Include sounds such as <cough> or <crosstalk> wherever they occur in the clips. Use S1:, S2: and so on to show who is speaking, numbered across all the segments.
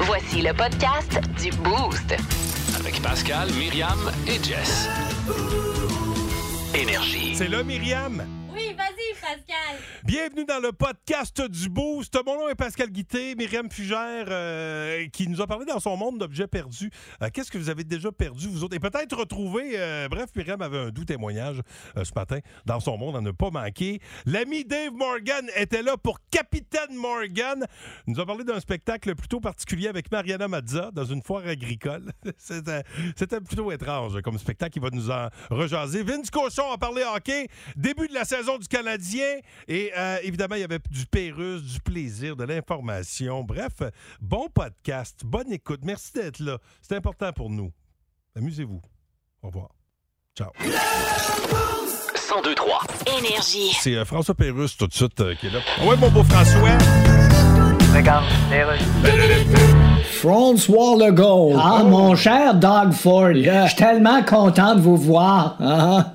S1: Voici le podcast du Boost.
S2: Avec Pascal, Myriam et Jess. Énergie.
S3: C'est là, Myriam.
S4: Oui, vas-y, Pascal.
S3: Bienvenue dans le podcast du Boost. Mon nom est Pascal Guité, Myriam Fugère, euh, qui nous a parlé dans son monde d'objets perdus. Euh, Qu'est-ce que vous avez déjà perdu, vous autres? Et peut-être retrouver, euh, bref, Myriam avait un doux témoignage euh, ce matin dans son monde à ne pas manquer. L'ami Dave Morgan était là pour Capitaine Morgan. Il nous a parlé d'un spectacle plutôt particulier avec Mariana Mazza dans une foire agricole. <laughs> C'était c'était plutôt étrange comme spectacle. Il va nous en rejaser. Vince Cochon a parlé hockey, début de la saison du Canadien. Et euh, évidemment, il y avait du Pérus, du plaisir, de l'information. Bref, bon podcast, bonne écoute. Merci d'être là. C'est important pour nous. Amusez-vous. Au revoir. Ciao.
S2: 1023.
S1: Énergie.
S3: C'est euh, François Pérus tout de suite euh, qui est là. Ouais, mon beau François.
S5: François Legault. Ah, mon cher Doug Ford. Je suis tellement content de vous voir. ah.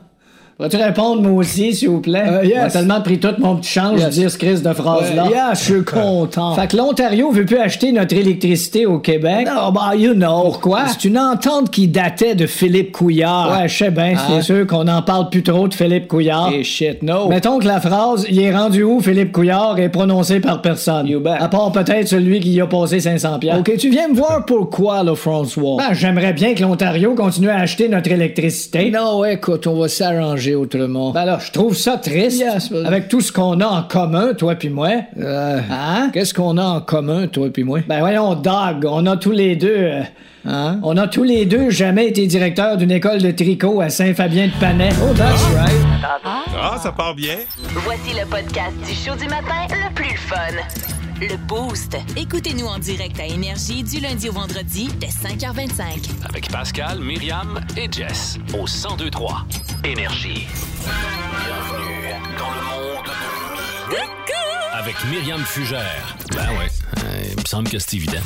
S5: Vas-tu répondre, moi aussi, s'il vous plaît? On a tellement pris tout mon petit change de dire ce crise de phrase-là. je suis content. Fait que l'Ontario veut plus acheter notre électricité au Québec. Non, bah, you know. Pourquoi? C'est une entente qui datait de Philippe Couillard. Hein? Ouais, je sais bien, c'est sûr qu'on n'en parle plus trop de Philippe Couillard. Et shit, no. Ah. Mettons que la phrase « Il est rendu où, Philippe Couillard? » est prononcée par personne. À part peut-être celui qui y a passé 500 pièces. OK, tu viens me voir pourquoi, là, François? Ben, j'aimerais bien que l'Ontario continue à acheter notre électricité. Non, écoute, on va s'arranger autrement. Ben là, je trouve ça triste. avec tout ce qu'on a en commun, toi puis moi. Hein? Qu'est-ce qu'on a en commun, toi puis moi? Ben voyons, Dog, on a tous les deux... euh, On a tous les deux jamais été directeur d'une école de tricot à Saint-Fabien-de-Panay. Oh, that's right.
S3: Ah, ça part bien.
S1: Voici le podcast du show du matin le plus fun. Le Boost.
S6: Écoutez-nous en direct à Énergie du lundi au vendredi dès 5h25.
S2: Avec Pascal, Myriam et Jess. Au 1023. Énergie. Bienvenue dans le monde de Mimi. Avec Myriam Fugère. Ben ouais, euh, il me semble que
S3: <laughs>
S2: c'est évident.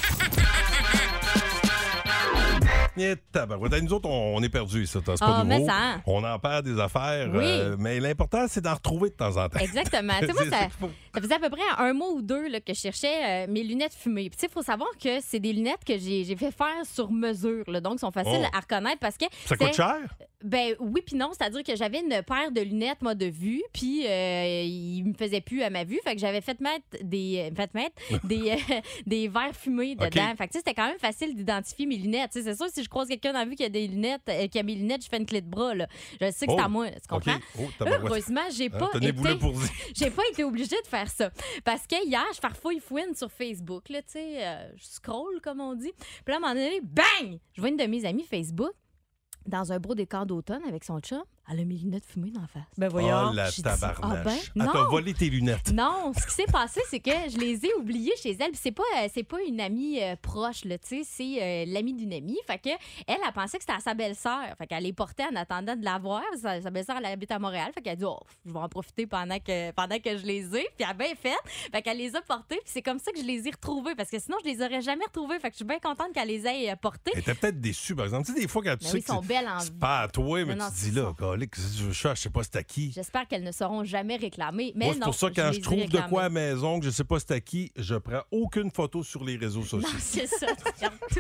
S3: Et Eh, tabarouette. Hey, Nous autres, on, on est perdus, ça. C'est pas
S4: Ah,
S3: nouveau.
S4: mais ça.
S3: On en perd des affaires.
S4: Oui.
S3: euh, mais l'important, c'est d'en retrouver de temps en temps.
S4: Exactement.
S3: <laughs>
S4: Tu sais, moi,
S3: C'est-
S4: ça,
S3: c'est pour-
S4: ça faisait à peu près un mois ou deux là, que je cherchais euh, mes lunettes fumées. Puis, tu sais, il faut savoir que c'est des lunettes que j'ai j'ai fait faire sur mesure. là. donc, sont faciles
S3: Oh.
S4: à reconnaître parce que.
S3: Ça
S4: c'est-
S3: coûte cher?
S4: Ben oui, puis non. C'est-à-dire que j'avais une paire de lunettes, moi, de vue. Puis, euh, il me faisait plus à ma vue. Fait que j'avais fait mettre des, euh, fait
S3: <laughs>
S4: mettre des, euh, des verres fumés dedans.
S3: OK.
S4: Fait que, tu sais, c'était quand même facile d'identifier mes lunettes. Tu sais, c'est sûr, si je croise quelqu'un dans la vue qui a des lunettes, euh, qui a mes lunettes, je fais une clé de bras. là. Je sais que c'est
S3: Oh.
S4: à moi. Tu comprends?
S3: OK. Oh, tabarouette.
S4: Heureusement, j'ai
S3: Hein,
S4: pas été...
S3: Tenez-vous le pour dire.
S4: <laughs> J'ai pas été obligée de faire ça. Parce que hier, je farfouille fouine sur Facebook. Là, tu sais, euh, je scroll, comme on dit. Puis là, à un moment donné, bang! Je vois une de mes amies Facebook dans un beau décor d'automne avec son chum. Elle a mes lunettes fumées dans la face.
S7: Ben
S3: Oh,
S7: voyons.
S3: la
S4: J'ai dit,
S3: tabarnache.
S4: ah ben,
S3: Elle t'a
S4: non.
S3: volé tes lunettes.
S4: Non, ce qui s'est passé, c'est que je les ai oubliées chez elle. Puis C'est pas, euh, c'est pas une amie euh, proche, là, tu sais, c'est euh, l'amie d'une amie. Fait que elle, a pensé que c'était à sa belle-sœur. Fait qu'elle les portait en attendant de la voir. Sa, sa belle-sœur, elle habite à Montréal. Fait qu'elle a dit, oh, je vais en profiter pendant que, pendant que je les ai. Puis elle a bien fait. Fait qu'elle les a portées. Puis c'est comme ça que je les ai retrouvées. Parce que sinon, je les aurais jamais retrouvées. Fait que je suis bien contente qu'elle les ait euh, portées.
S3: Elle était peut-être déçue, par exemple. Tu sais, des fois, quand tu
S4: Mais Ben
S3: sais
S4: oui,
S3: que
S4: ils sont
S3: c'est-
S4: belles en
S3: c'est pas à toi, mais
S4: Non, non,
S3: tu te
S4: c'est
S3: dis là,
S4: ça.
S3: colique, je cherche, je sais pas c'est à qui.
S4: J'espère qu'elles ne seront jamais réclamées. Mais
S3: Moi, c'est
S4: non,
S3: pour ça, quand
S4: les
S3: je
S4: ai
S3: trouve de
S4: réclamées.
S3: quoi à la maison que je sais pas c'est à qui, je prends aucune photo sur les réseaux
S4: Non,
S3: sociaux.
S4: c'est ça.
S3: <laughs>
S4: tu gardes tout.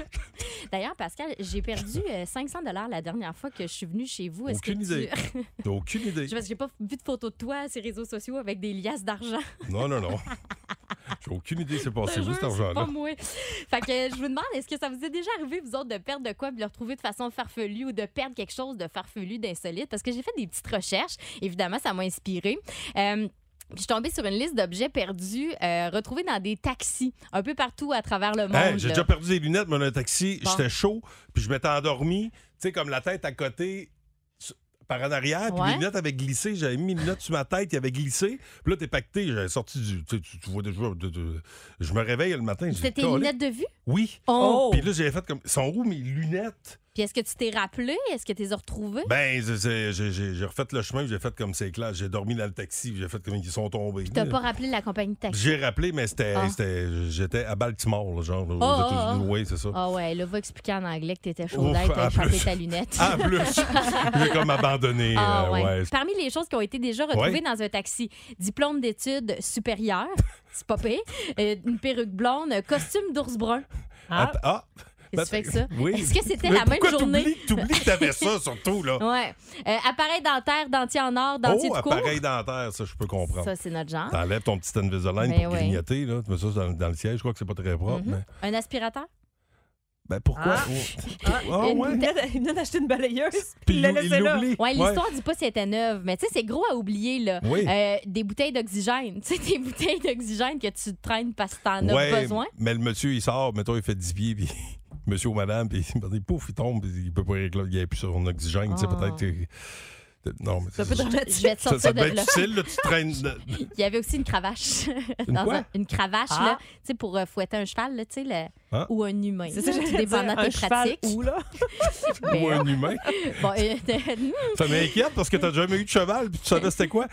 S4: D'ailleurs, Pascal, j'ai perdu euh, 500 dollars la dernière fois que je suis venue chez vous. Est-ce
S3: Aucune
S4: que
S3: idée.
S4: Tu...
S3: T'as aucune
S4: <laughs>
S3: idée.
S4: Je parce que j'ai pas vu de photos de toi sur les réseaux sociaux avec des liasses
S3: <laughs>
S4: d'argent.
S3: Non, non, non. J'ai aucune idée c'est
S4: Je
S3: passé
S4: te
S3: où
S4: jure,
S3: cet
S4: Ben c'est pas
S3: argent-là.
S4: moi. Fait que euh, je vous demande, est-ce que ça vous est déjà arrivé, vous autres, de perdre de quoi, puis de le retrouver de façon farfelue ou de perdre quelque chose de farfelu, d'insolite? Parce que j'ai fait des petites recherches. Évidemment, ça m'a inspiré. je suis tombée sur une liste d'objets perdus euh, retrouvés dans des taxis un peu partout à travers le monde.
S3: Hey, j'ai
S4: là.
S3: déjà perdu des lunettes, mais dans un taxi,
S4: Bon.
S3: j'étais chaud, puis je m'étais endormi, tu sais, comme la tête à côté s- par en arrière, puis
S4: Ouais.
S3: mes lunettes avaient glissé, j'avais mis mes lunettes sur ma tête, ils avaient glissé, puis là, t'es pacté, j'avais sorti du. Tu, sais, tu- tu vois déjà. de- de- Je me réveille le matin, j'ai dit,
S4: C'était tes
S3: Calique.
S4: lunettes de vue?
S3: Oui.
S7: Oh!
S3: Puis là, j'avais fait comme. Sont où mes lunettes?
S4: Puis est-ce que tu t'es rappelé? Est-ce que tu les as retrouvées?
S3: Ben, c'est- c'est- j'ai- j'ai j'ai refait le chemin, j'ai fait comme c'est clair. J'ai dormi dans le taxi, j'ai fait comme ils sont tombés.
S4: T'as pas rappelé la compagnie de taxi?
S3: J'ai rappelé, mais c'était,
S4: Ah.
S3: c'était- j'étais à Baltimore, là, genre. aux
S4: Oh, oh,
S3: États-Unis. Oui, c'est ça.
S4: Ah ouais, là, va expliquer en anglais que t'étais
S3: Ouf,
S4: chaud d'air,
S3: en
S4: t'as échappé
S3: plus. Ah,
S4: ta lunette.
S3: <laughs> En
S4: <laughs>
S3: plus, j'ai comme abandonné.
S4: Ah
S3: euh,
S4: ouais.
S3: ouais.
S4: Parmi les choses qui ont été déjà retrouvées
S3: Ouais.
S4: dans un taxi, diplôme <laughs> d'études supérieures, c'est pas pire, euh, une perruque blonde, un costume d'ours brun. Ah,
S3: Att- ah. Ben,
S4: qu'est-ce que tu fais que ça?
S3: Oui.
S4: Est-ce que c'était
S3: Mais
S4: la même
S3: pourquoi
S4: journée?
S3: t'oublies-
S4: <laughs>
S3: T'oublies que t'avais ça, surtout, là.
S4: Ouais. Euh, appareil dentaire, dentier en or, dentier
S3: oh,
S4: de cour.
S3: appareil dentaire, ça, je peux comprendre.
S4: Ça, c'est notre genre.
S3: T'enlèves ton petit Invisalign
S4: Ben
S3: pour
S4: ouais. Mm-hmm.
S3: grignoter, là. Tu mets ça dans, dans le siège, je crois que c'est pas très propre, mais...
S4: Mhm. Un aspirateur?
S3: Ben, pourquoi?
S7: Ah.
S3: Oh.
S7: Ah.
S3: Ah,
S4: Une
S3: ouais.
S7: Il vient- il vient d'acheter une balayeuse, puis
S3: Puis
S7: il
S3: il
S7: l'a
S3: l'ou-
S7: laissé
S3: il
S7: là.
S3: l'oublie.
S4: Ouais,
S3: Ouais.
S4: l'histoire dit pas si elle était neuve, mais tu sais, c'est gros à oublier, là.
S3: Oui.
S4: Euh, des bouteilles d'oxygène. <laughs> Tu sais, des bouteilles d'oxygène que tu traînes parce que t'en as
S3: Ouais,
S4: besoin.
S3: Mais le monsieur, il sort, mettons, il fait 10 pieds, puis <laughs> monsieur ou madame, puis il- pouf, il tombe, puis il peut pas réclamer, il n'y a plus son oxygène, tu sais,
S4: Ah.
S3: peut-être. que- Non, mais
S7: C'est un peu
S4: Je
S7: dramatique.
S4: vais te
S3: Ça,
S4: sortir
S3: ça
S4: de
S3: peut être
S4: là.
S3: utile, là, tu traînes.
S4: Il y avait aussi une cravache. <laughs>
S3: Une
S4: Dans
S3: quoi?
S4: un- une cravache,
S7: Ah.
S4: là. Tu sais, pour euh, fouetter un cheval, là, tu sais, le-
S3: Ah.
S4: ou un humain.
S7: C'est ça,
S4: Tout
S7: j'ai
S4: dépendant de
S7: un
S4: tes
S7: cheval
S4: pratiques.
S7: ou là.
S4: Mais,
S3: Ou un humain.
S4: <laughs> bon, euh, <laughs>
S3: Ça m'inquiète parce que t'as jamais eu de cheval, puis tu savais c'était quoi?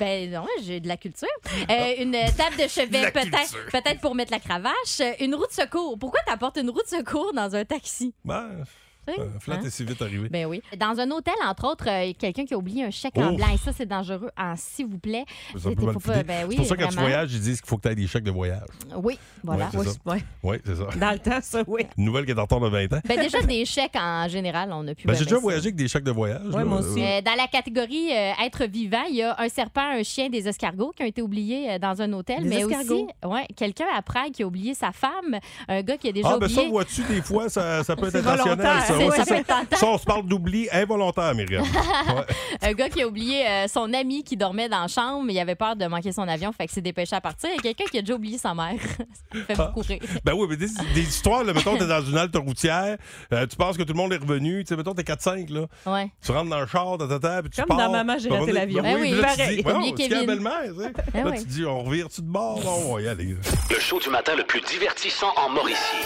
S4: Ben non, j'ai de la culture. Euh, une table de
S3: La
S4: chevet, peut-être
S3: culture.
S4: peut-être pour mettre la cravache. Euh, Une roue de secours. Pourquoi t'apportes une roue de secours dans un taxi?
S3: Ben,
S4: Tu sais?
S3: euh, Flat
S4: Hein?
S3: est si vite arrivé.
S4: Ben oui. Dans un hôtel, entre autres, euh, il y a quelqu'un qui a oublié un chèque en
S3: Ouf.
S4: blanc. Et ça, c'est dangereux. En s'il vous plaît.
S3: C'est un peu
S4: t'es-
S3: mal
S4: faut
S3: fidé.
S4: pas- ben oui,
S3: C'est pour ça que quand tu
S4: vraiment.
S3: voyages, ils disent qu'il faut que tu aies des chèques de voyage.
S4: Oui, voilà.
S3: Ouais, c'est ça.
S7: Ouais.
S3: Oui, c'est ça.
S7: Dans le temps, ça, oui.
S3: Une nouvelle qui est en retard de 20 ans.
S4: Ben déjà, des chèques en général, on n'a plus.
S3: Ben,
S4: ben,
S3: j'ai déjà
S4: ben,
S3: voyagé avec des chèques de voyage.
S7: Ouais,
S3: là.
S7: moi aussi.
S4: Euh, dans la catégorie euh, être vivant, il y a un serpent, un chien, des escargots qui ont été oubliés euh, dans un hôtel,
S7: Des
S4: mais
S7: escargots.
S4: aussi ouais, quelqu'un à Prague qui a oublié sa femme, un gars qui a déjà
S3: Ah, ben
S4: oublié.
S3: ça,
S4: <laughs>
S3: vois-tu, des fois, ça, ça peut être
S7: C'est
S3: intentionnel.
S7: volontaire.
S3: Ça,
S4: C'est-
S3: Ouais,
S4: ça
S3: c'est
S4: peut être tentant.
S3: Ça, on se parle d'oubli involontaire, Myriam. Ouais.
S4: Un gars qui a oublié euh, son ami qui dormait dans la chambre, il avait peur de manquer son avion, fait que s'est dépêché à partir. Et quelqu'un qui a déjà oublié sa mère. <laughs> ça fait beaucoup rire.
S3: Ben oui, mais des, des histoires, là, mettons, t'es dans une halte routière, euh, tu penses que tout le monde est revenu, tu sais, mettons, t'es 4-5, là,
S4: Ouais.
S3: tu rentres dans le char, ta, ta, ta, puis tu
S7: Comme
S3: pars.
S7: dans Maman, j'ai
S3: puis à un
S7: raté
S3: moment donné-
S7: l'avion.
S3: Ben oui,
S7: Ah oui,
S3: puis là,
S7: pareil.
S3: tu dis,
S4: T'as oublié
S3: wow, c'est la
S4: Kevin.
S3: belle-mère, tu sais.
S4: Ah
S8: Ben
S3: là,
S4: oui.
S3: tu dis, on revire-tu de bord? on va y aller.
S2: Le show du matin le plus divertissant en Mauricie.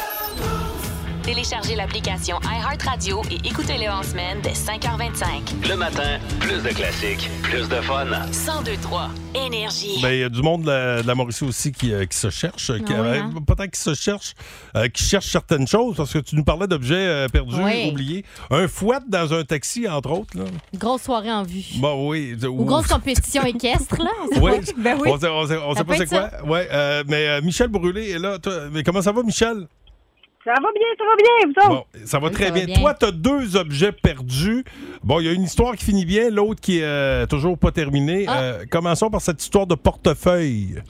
S6: Téléchargez l'application iHeartRadio et écoutez-le en semaine dès 5h25.
S2: Le matin, plus de classiques, plus de fun.
S6: 1023 Énergie.
S3: Ben, il y a du monde de la, de la Mauricie aussi qui, euh, qui se cherche, qui,
S4: Ah oui, hein?
S3: euh, peut-être qui se cherche, euh, qui cherche certaines choses, parce que tu nous parlais d'objets euh, perdus,
S4: Oui.
S3: oubliés. Un fouet dans un taxi, entre autres. Là.
S4: Grosse soirée en vue.
S3: Bon, oui.
S4: Ou grosse compétition équestre, là. on sait
S3: Oui,
S7: Ben oui.
S3: on sait, on sait- on
S4: Ça
S3: sait
S4: peut
S3: pas c'est
S4: être
S3: quoi. Ouais, euh, mais euh, Michel Brûlé est là. Toi, mais comment ça va, Michel?
S9: Ça va bien, ça va bien, vous autres?
S3: Bon, ça va
S4: Oui,
S3: très
S4: ça va
S3: bien.
S4: bien.
S3: Toi, tu as deux objets perdus. Bon, il y a une histoire qui finit bien, l'autre qui est euh, toujours pas terminée.
S4: Ah.
S3: Euh, commençons par cette histoire de portefeuille.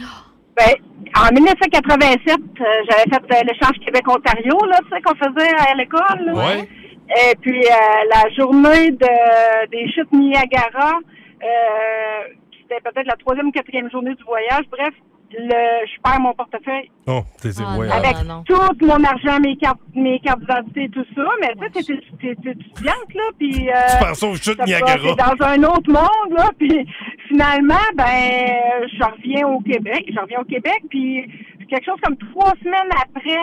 S9: Ben, en 1987, euh, j'avais fait euh, l'échange Québec-Ontario, là, tu sais, qu'on faisait à l'école. là.
S3: Ouais.
S9: Et puis, euh, la journée de, des chutes Niagara, euh, c'était peut-être la troisième, quatrième journée du voyage. Bref, le, je perds mon portefeuille
S3: Oh, t'es
S4: Ah,
S3: ouais,
S4: non.
S3: euh,
S9: avec
S4: non.
S9: tout mon argent, mes cartes, mes cartes d'identité et tout ça. Mais tu sais, t'es- t'es t'es étudiante, là, puis... euh,
S3: Tu penses aux chutes
S9: Ça va,
S3: Niagara.
S9: C'est dans un autre monde, là. Puis finalement, ben, euh, je reviens au Québec. Je reviens au Québec. Puis quelque chose comme trois semaines après,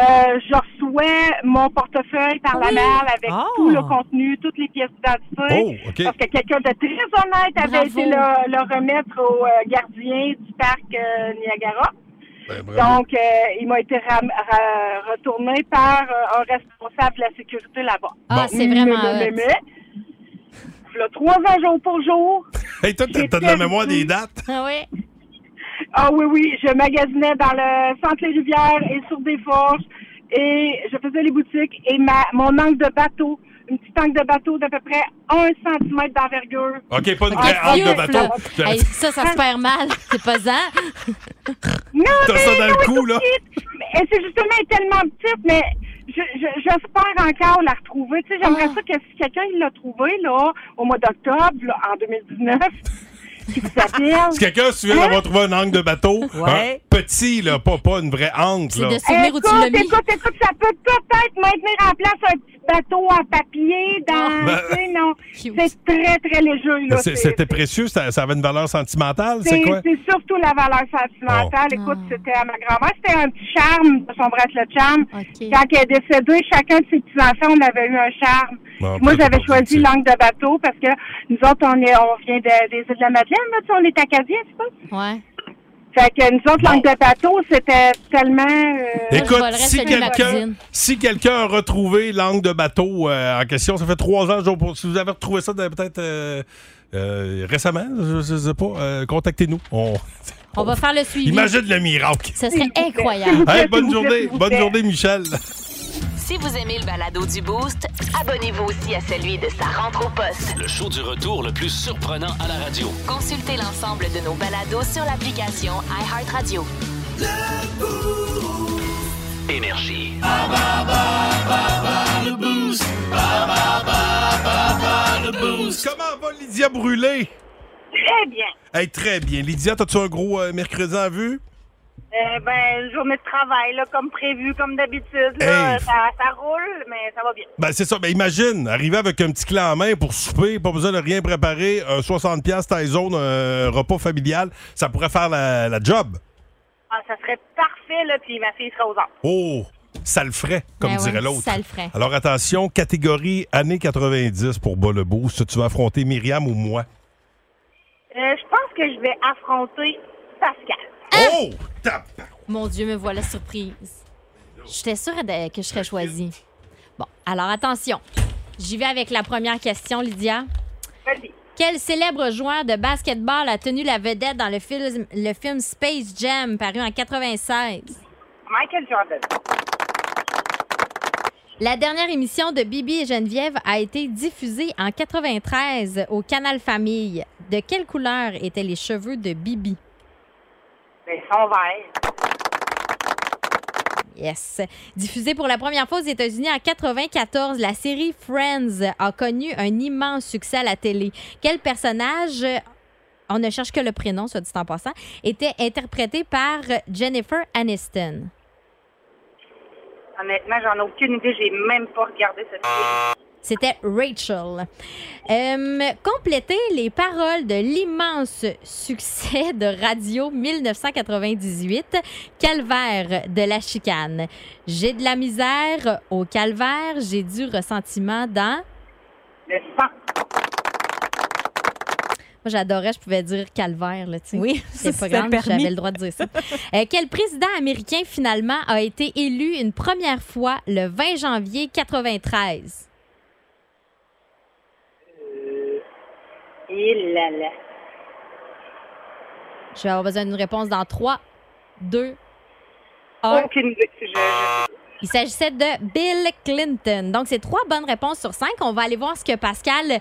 S9: euh, je reçois mon portefeuille par la
S4: Oui.
S9: malle avec
S7: Ah.
S9: tout le contenu, toutes les pièces d'identité.
S3: Oh, OK.
S9: Parce que quelqu'un de très honnête avait
S4: Bravo.
S9: été le, le remettre au euh, gardien du parc euh, Niagara.
S3: Ben, bravo.
S9: Donc, euh, il m'a été ram- ra- retourné par euh, un responsable de la sécurité là-bas.
S4: Ah,
S3: Bon.
S4: c'est vraiment.
S9: Mais, mais,
S4: hot.
S9: mais, mais, là, trois ans jour pour jour.
S3: Hey, toi, t'as t'as de la mémoire des dates.
S4: Ah oui.
S9: Ah oui, oui, je magasinais dans le centre Les Rivières et sur des forges et je faisais les boutiques et ma, mon angle de bateau, une petite angle de bateau d'à peu près un centimètre d'envergure.
S3: OK, pas une
S9: Ah,
S3: vraie hâte
S9: Dieu,
S3: de bateau.
S9: là.
S4: Hey, ça, ça se perd mal. C'est pesant.
S9: Non,
S3: T'as
S9: mais
S3: ça dans
S9: non,
S3: le
S9: elle est
S3: cou, là.
S9: toute petite. Mais C'est justement elle est tellement petite, mais je- je- j'espère encore la retrouver. Tu sais, j'aimerais
S4: Ah.
S9: ça que si quelqu'un l'a trouvée, là, au mois d'octobre, là, en 2019,
S3: <laughs>
S9: qui vous appelle.
S3: Si quelqu'un se souvient d'avoir trouvé un angle de bateau,
S7: Ouais.
S3: hein, petit, là, pas, pas une vraie angle,
S4: C'est
S3: là.
S4: de
S9: Eh,
S4: souvenir où tu l'as
S9: écoute,
S4: mis.
S9: écoute, écoute, ça peut peut-être maintenir en place un petit bateau en papier dans,
S3: Ah.
S9: tu sais, non,
S4: Cute.
S9: c'est très, très léger, là.
S3: C'est- C'était précieux, ça, ça avait une valeur sentimentale, c'est
S9: c'est-
S3: quoi? Oh.
S9: c'est surtout la valeur sentimentale. Écoute,
S4: Ah.
S9: c'était à ma grand-mère, c'était un petit charme, son bracelet de charme.
S4: OK.
S9: Quand elle est décédée, chacun de ses petits-enfants, on avait eu un charme.
S3: Ah,
S9: Moi,
S3: peut-être
S9: j'avais
S3: pas
S9: choisi
S3: gentil.
S9: l'angle de bateau parce que nous autres, on, est, on vient de- des îles de la Madeleine, là, tu sais, on est acadiens, c'est ça?
S4: Ouais.
S9: Fait que nous autres, l'angle de bateau, c'était tellement... euh,
S4: Moi, je
S3: Écoute,
S4: volerais
S3: si
S4: celui de ma
S3: quelqu'un
S4: cousine.
S3: si quelqu'un a retrouvé l'angle de bateau euh, en question, ça fait trois ans, jour pour- si vous avez
S4: <laughs>
S3: retrouvé ça dans- peut-être euh, euh, récemment, je, je sais pas, euh, contactez-nous. On,
S4: On va faire le suivi.
S3: Imagine le miracle.
S4: Ce serait
S9: S'il
S4: incroyable.
S9: vous plaît,
S3: Hey, bonne
S9: s'il vous plaît,
S3: journée.
S9: s'il vous
S3: Bonne
S9: plaît.
S3: journée, Michel.
S6: Si vous aimez le balado du Boost,
S1: Abonnez-vous aussi à celui de sa rentre au poste.
S2: Le show du retour le plus surprenant à la radio.
S6: consultez l'ensemble de nos balados sur l'application iHeartRadio.
S2: Énergie.
S3: Comment va Lydia Brûlé?
S9: Très Eh bien.
S3: Hey, très bien. Lydia, t'as-tu un gros euh, mercredi en vue?
S9: Euh, ben, une journée de travail, là, comme prévu, comme d'habitude. là.
S3: Hey.
S9: Ça, ça roule, mais ça va bien.
S3: Ben, c'est ça. Ben, imagine, arriver avec un petit clan en main pour souper, pas besoin de rien préparer, un 60$ taille zone, un repas familial, ça pourrait faire la, la job.
S9: Ah, ça serait parfait, là, puis ma fille sera aux anges.
S3: Oh, ça le ferait, comme
S4: Ben ouais,
S3: dirait l'autre.
S4: Ça le ferait.
S3: Alors, attention, catégorie années 90 pour Bas le Boost. Tu vas affronter Myriam ou moi?
S9: Euh, je pense que je vais affronter Pascal.
S3: Oh! Tap!
S4: Ah! Mon Dieu, me voilà surprise. J'étais sûre de- que je serais choisie. Bon, alors attention. J'y vais avec la première question, Lydia.
S9: Vas-y.
S4: Quel célèbre joueur de basketball a tenu la vedette dans le film, le film Space Jam, paru en 96?
S9: Michael Jordan.
S4: La dernière émission de Bibi et Geneviève a été diffusée en 93 au Canal Famille. De quelle couleur étaient les cheveux de Bibi?
S9: Ben, son verre.
S4: Yes. Diffusée pour la première fois aux États-Unis en 94, la série Friends a connu un immense succès à la télé. Quel personnage, euh, on ne cherche que le prénom, soit dit en passant, était interprété par euh, Jennifer Aniston?
S9: Honnêtement, j'en ai aucune idée. J'ai même pas regardé cette série.
S4: C'était Rachel. Euh, complétez les paroles de l'immense succès de Radio 1998, Calvaire de la chicane. J'ai de la misère au calvaire, j'ai du ressentiment dans...
S9: Le sang.
S4: Moi, j'adorais, je pouvais dire calvaire, là, tu sais.
S7: Oui,
S4: C'est pas
S7: c'était
S4: grave,
S7: permis.
S4: j'avais le droit de dire ça. Euh, quel président américain, finalement, a été élu une première fois le 20 janvier 93?
S9: Il Euh, là là.
S4: Je vais avoir besoin d'une réponse dans 3, 2, 1.
S9: Aucune idée. Je, je-
S4: Il s'agissait de Bill Clinton. Donc, c'est trois bonnes réponses sur cinq. On va aller voir ce que Pascal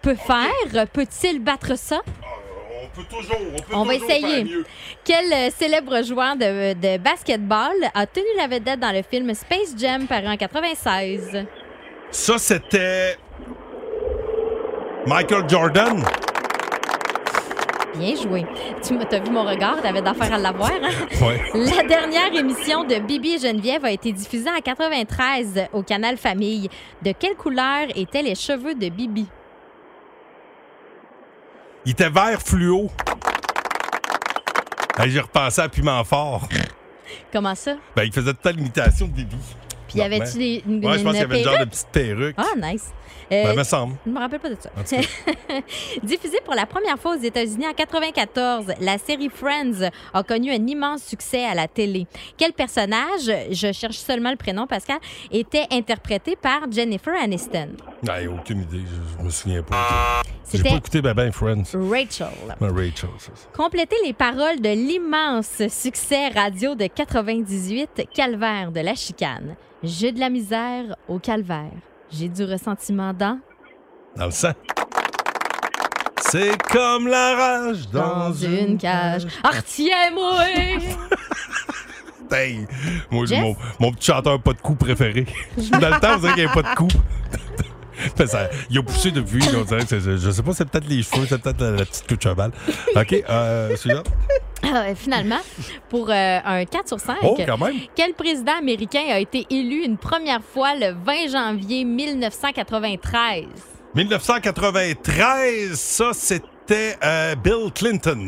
S4: peut faire. Peut-il battre ça?
S3: On peut toujours, on peut
S4: On va
S3: toujours faire
S4: essayer.
S3: mieux.
S4: Quel euh, célèbre joueur de, de basketball a tenu la vedette dans le film Space Jam paru en 96?
S3: Ça, c'était. Michael Jordan.
S4: Bien joué. Tu m'as t'as vu mon regard, t'avais d'affaires à l'avoir. hein?
S3: Ouais.
S4: La dernière émission de Bibi et Geneviève a été diffusée en 93 au canal Famille. De quelle couleur étaient les cheveux de Bibi?
S3: Il était vert fluo. Hey, J'ai repensé à Piment Fort.
S4: Comment ça?
S3: Ben, il faisait toute l'imitation de Bibi.
S4: Puis y avait-tu
S3: Normalement.
S4: des- une,
S3: Ouais, je pense
S4: une
S3: qu'il y avait le genre
S4: perruque?
S3: de petite perruque.
S4: Ah, nice. Euh,
S3: Ben, me semble.
S4: je ne me rappelle pas de ça.
S3: En tout cas.
S4: <laughs> Diffusée pour la première fois aux États-Unis en 94, la série Friends a connu un immense succès à la télé. Quel personnage, je cherche seulement le prénom Pascal, était interprété par Jennifer Aniston?
S3: Ouais, Ben, aucune idée, je, je me souviens pas. J'ai pas
S4: C'était
S3: écouté Ben Ben Friends.
S4: Rachel.
S3: Ben, Rachel, ça, ça.
S4: Complétez les paroles de l'immense succès radio de 98, Calvaire de la chicane. J'ai de la misère au calvaire. J'ai du ressentiment dans...
S3: Dans le sang. C'est comme la rage dans,
S4: Dans une cage. Ah, Retiens-moi!
S3: Hey, Moi, j'ai
S4: Jeff?
S3: mon, mon petit chanteur pas de coup préféré. Dans le temps, on dirait qu'il n'y avait pas de <laughs> coup. Ben, ça- il a poussé depuis, on dirait que c'est- je sais pas, c'est peut-être les cheveux, c'est peut-être la, la petite queue de cheval. OK, euh, celui-là.
S4: <laughs> Ah, Finalement, pour euh, un 4 sur 5,
S3: Oh, quand même.
S4: quel président américain a été élu une première fois le 20 janvier 1993?
S3: 1993, ça, c'était euh, Bill Clinton.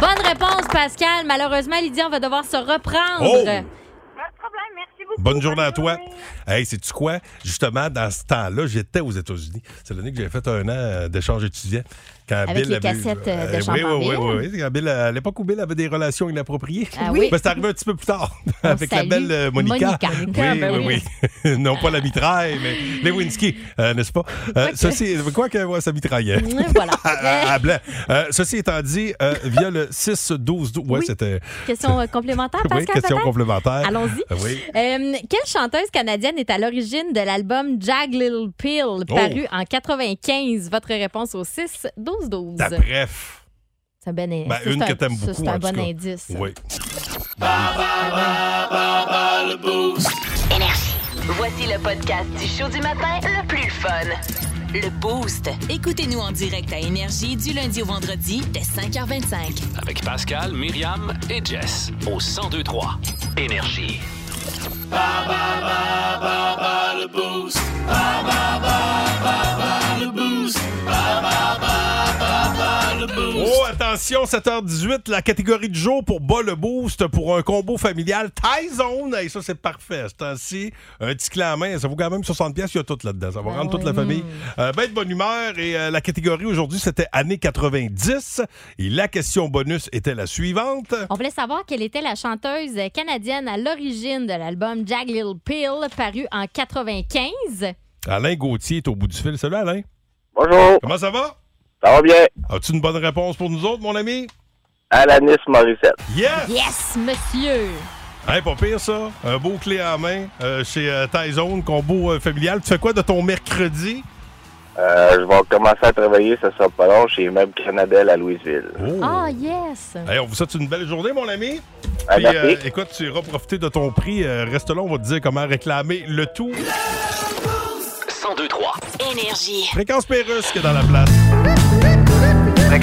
S4: Bonne réponse, Pascal. Malheureusement, Lydia, on va devoir se reprendre. Euh,
S3: Oh!
S9: Pas de problème, merci beaucoup.
S3: Bonne journée à toi.
S9: journée.
S3: Hey, sais-tu quoi? Justement, dans ce temps-là, j'étais aux États-Unis. C'est l'année que j'ai fait un an euh, d'échange étudiant. Quand
S4: Avec les
S3: avait eu-
S4: cassettes, euh, de
S3: oui,
S4: Champanville.
S3: Oui, oui, oui. oui. Quand Bill, à l'époque où Bill avait des relations inappropriées.
S4: Ah oui.
S3: Ben, c'est arrivé un petit peu plus tard, <laughs> avec la
S4: salue
S3: belle euh, Monica.
S4: Monica. Monica,
S3: oui,
S4: ben
S3: oui, oui. <laughs> non pas la mitraille, mais Lewinsky, euh, n'est-ce pas? Euh, ceci, quoi que ouais, ça mitraillait.
S4: Mm, Voilà.
S3: À- <laughs> à- à blanc. Euh, ceci étant dit, euh, via le 6-12-12. Ouais,
S4: Oui.
S3: c'était.
S4: Question euh, complémentaire,
S3: Oui,
S4: Pascal,
S3: question
S4: peut-être?
S3: complémentaire.
S4: Allons-y.
S3: Euh, Oui.
S4: Euh, quelle chanteuse canadienne est à l'origine de l'album Jag Little
S3: Oh!
S4: Pill, paru en 95? Votre réponse au 6 12 12.
S3: Ta bref.
S4: C'est un bon indice.
S3: Ben,
S4: Ça,
S3: une
S4: c'est
S3: que
S4: un-
S3: t'aimes
S4: ça,
S3: beaucoup,
S4: C'est
S3: en
S4: un
S3: tout
S4: bon
S3: cas.
S4: indice. ça.
S3: Oui.
S1: Voici le podcast du show du matin le plus fun.
S6: Le Boost. Écoutez-nous en direct à Énergie du lundi au vendredi dès 5h25.
S2: Avec Pascal, Myriam et Jess au 1023 Énergie.
S3: Oh, attention, 7h18, la catégorie du jour pour bas le boost pour un combo familial Thai Zone. Et ça, c'est parfait. Ce temps-ci, un petit clé à main, ça vaut quand même 60$. piastres, Il y a tout là-dedans. Ça va rendre toute la famille euh, ben de bonne humeur. Et euh, la catégorie aujourd'hui, c'était années 90. Et la question bonus était la suivante.
S4: On voulait savoir quelle était la chanteuse canadienne à l'origine de l'album Jag Little Pill, paru en 95.
S3: Alain Gauthier est au bout du fil. Salut, Alain.
S10: Bonjour,
S3: Comment ça va?
S10: ça va bien?
S3: As-tu une bonne réponse pour nous autres, mon ami?
S10: Alanis Morissette.
S3: Yes!
S4: Yes, monsieur!
S3: Hein, pas pire, ça. Un beau clé en main euh, chez euh, Thai Zone, combo euh, familial. Tu fais quoi de ton mercredi?
S10: Euh, je vais commencer à travailler, ça sera pas long, chez Meubles Canadel à Louisville.
S3: Oh.
S4: Ah, yes!
S3: Hey, on vous souhaite une belle journée, mon ami.
S10: Ah,
S3: Puis,
S10: merci.
S3: euh, écoute, tu iras profiter de ton prix. Euh, reste là, on va te dire comment réclamer le tout.
S2: 1023
S6: Énergie.
S3: Fréquence Pérusse qui est dans la place.
S11: Ben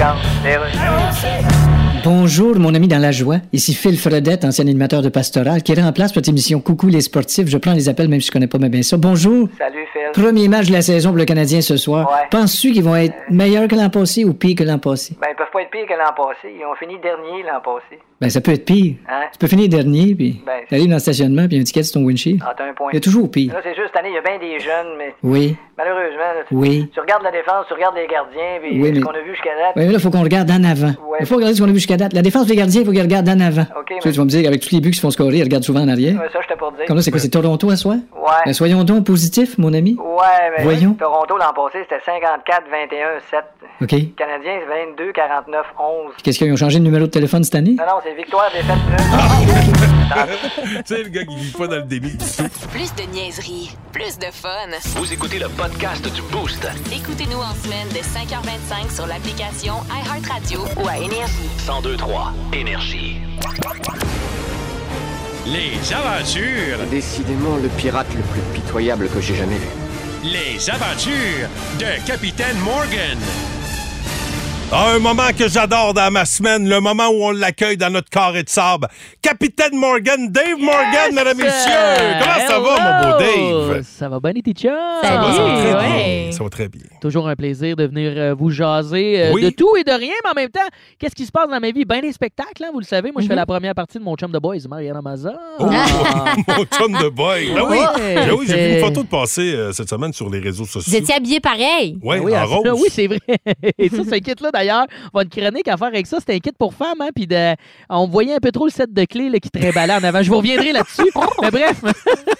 S5: Bonjour, mon ami dans la joie. Ici Phil Fredette, ancien animateur de Pastoral, qui remplace votre émission Coucou les sportifs. Je prends les appels même si je connais pas bien ça. Bonjour.
S11: Salut Phil.
S5: Premier match de la saison pour le Canadien ce soir.
S11: Ouais.
S5: Penses-tu qu'ils vont être meilleurs que l'an passé ou pires que l'an passé?
S11: Ben, ils peuvent pas être pires que l'an passé. Ils ont fini dernier l'an passé.
S5: Ben, ça peut être pire.
S11: Hein?
S5: Tu peux finir dernier, puis
S11: Ben,
S5: t'arrives dans le stationnement, puis il y a un ticket sur ton windshield.
S11: Ah, t'as un point.
S5: Il y a toujours pire.
S11: Là, c'est juste cette année, il y a bien des jeunes, mais
S5: Oui,
S11: malheureusement, là, tu-
S5: oui.
S11: tu regardes la défense, tu regardes les gardiens, puis euh,
S5: Oui,
S11: ce
S5: mais-
S11: qu'on a vu jusqu'à date.
S5: Oui, mais là, il faut qu'on regarde en avant.
S11: Ouais.
S5: Il faut regarder ce qu'on a vu jusqu'à date. La défense des gardiens, il faut qu'ils regardent en avant.
S11: OK,
S5: Tu, sais,
S11: mais-
S5: tu vas me dire, avec tous les buts qui se font scorer, ils regardent souvent en arrière.
S11: Ouais, ça, je t'ai pas dit.
S5: Comme là, c'est quoi, c'est Toronto à soi?
S11: Ouais.
S5: Ben, soyons donc positifs, mon ami.
S11: Ouais, mais
S5: Voyons.
S11: Toronto l'an passé, c'était 54-21-7.
S5: OK.
S11: Les Canadiens, c'est 22-49-11.
S5: Qu'est-ce qu'ils ont changé de numéro de téléphone cette année?
S11: Non, non, c'est victoire des 7
S3: <laughs> tu sais, le gars qui vit pas dans le déni du tout.
S6: Plus de niaiserie. Plus de fun.
S2: Vous écoutez le podcast du Boost.
S6: Écoutez-nous en semaine dès 5h25 sur l'application iHeartRadio ou à Énergie.
S2: 1023 Énergie.
S12: Les aventures,
S11: Décidément, le pirate le plus pitoyable que j'ai jamais vu.
S12: les aventures de Capitaine Morgan.
S3: Ah, un moment que j'adore dans ma semaine, le moment où on l'accueille dans notre carré de sable. Capitaine Morgan, Dave Morgan, mesdames et messieurs. Comment ça va, mon beau Dave?
S11: Euh, Ça va bien, les teachers?
S3: Ça va, ça va très
S4: ouais.
S3: bien. Ça va très bien.
S11: Toujours un plaisir de venir euh, vous jaser euh,
S3: Oui.
S11: de tout et de rien, mais en même temps, qu'est-ce qui se passe dans ma vie? Ben des spectacles, hein, vous le savez. Moi, je
S3: Mm-hmm.
S11: fais la première partie de mon chum de boys, Marianne Amazon. Ah.
S3: Oh, <laughs> mon chum de boy. Ben oui, ben oui, j'ai vu une photo de passer euh, cette semaine sur les réseaux
S4: Vous
S3: sociaux.
S4: étiez habillé pareil.
S3: Ouais,
S11: Ah oui,
S3: en
S11: à ce
S3: rose.
S11: là, oui, c'est vrai. <laughs> et ça, ce kit-là, d'ailleurs, on va une chronique à faire avec ça. C'est un kit pour femmes, hein, puis de- on voyait un peu trop le set de clés là, qui trimballait en avant. Je vous
S3: <laughs>
S11: reviendrai là-dessus. mais bref,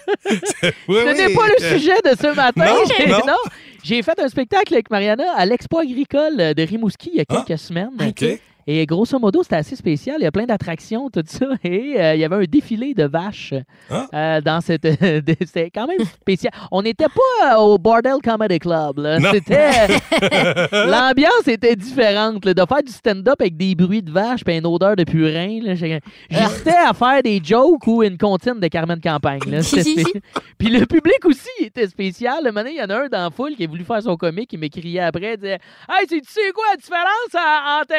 S3: Oui,
S11: ce
S3: oui.
S11: n'est pas le sujet de ce matin.
S3: Non,
S11: <laughs> J'ai-
S3: non.
S11: J'ai fait un spectacle avec Mariana à l'Expo agricole de Rimouski il y a quelques semaines.
S3: Ah. OK.
S11: Et grosso modo, c'était assez spécial. Il y a plein d'attractions, tout ça. <laughs> Et euh, il y avait un défilé de vaches
S3: Hein?
S11: euh, dans cette. <laughs> de- C'était quand même spécial. On n'était pas euh, au Bordel Comedy Club. là.
S3: Non. <laughs>
S11: C'était. L'ambiance était différente. là. De faire du stand-up avec des bruits de vaches et une odeur de purin. là, j'ai- J'hésitais à faire des jokes ou une comptine de Carmen Campagne. là. C'était spécial. Puis le public aussi était spécial. Le moment, il y en a un dans la foule qui a voulu faire son comique. Il m'écriait après. Il disait Hey, tu sais quoi la différence en- euh, entre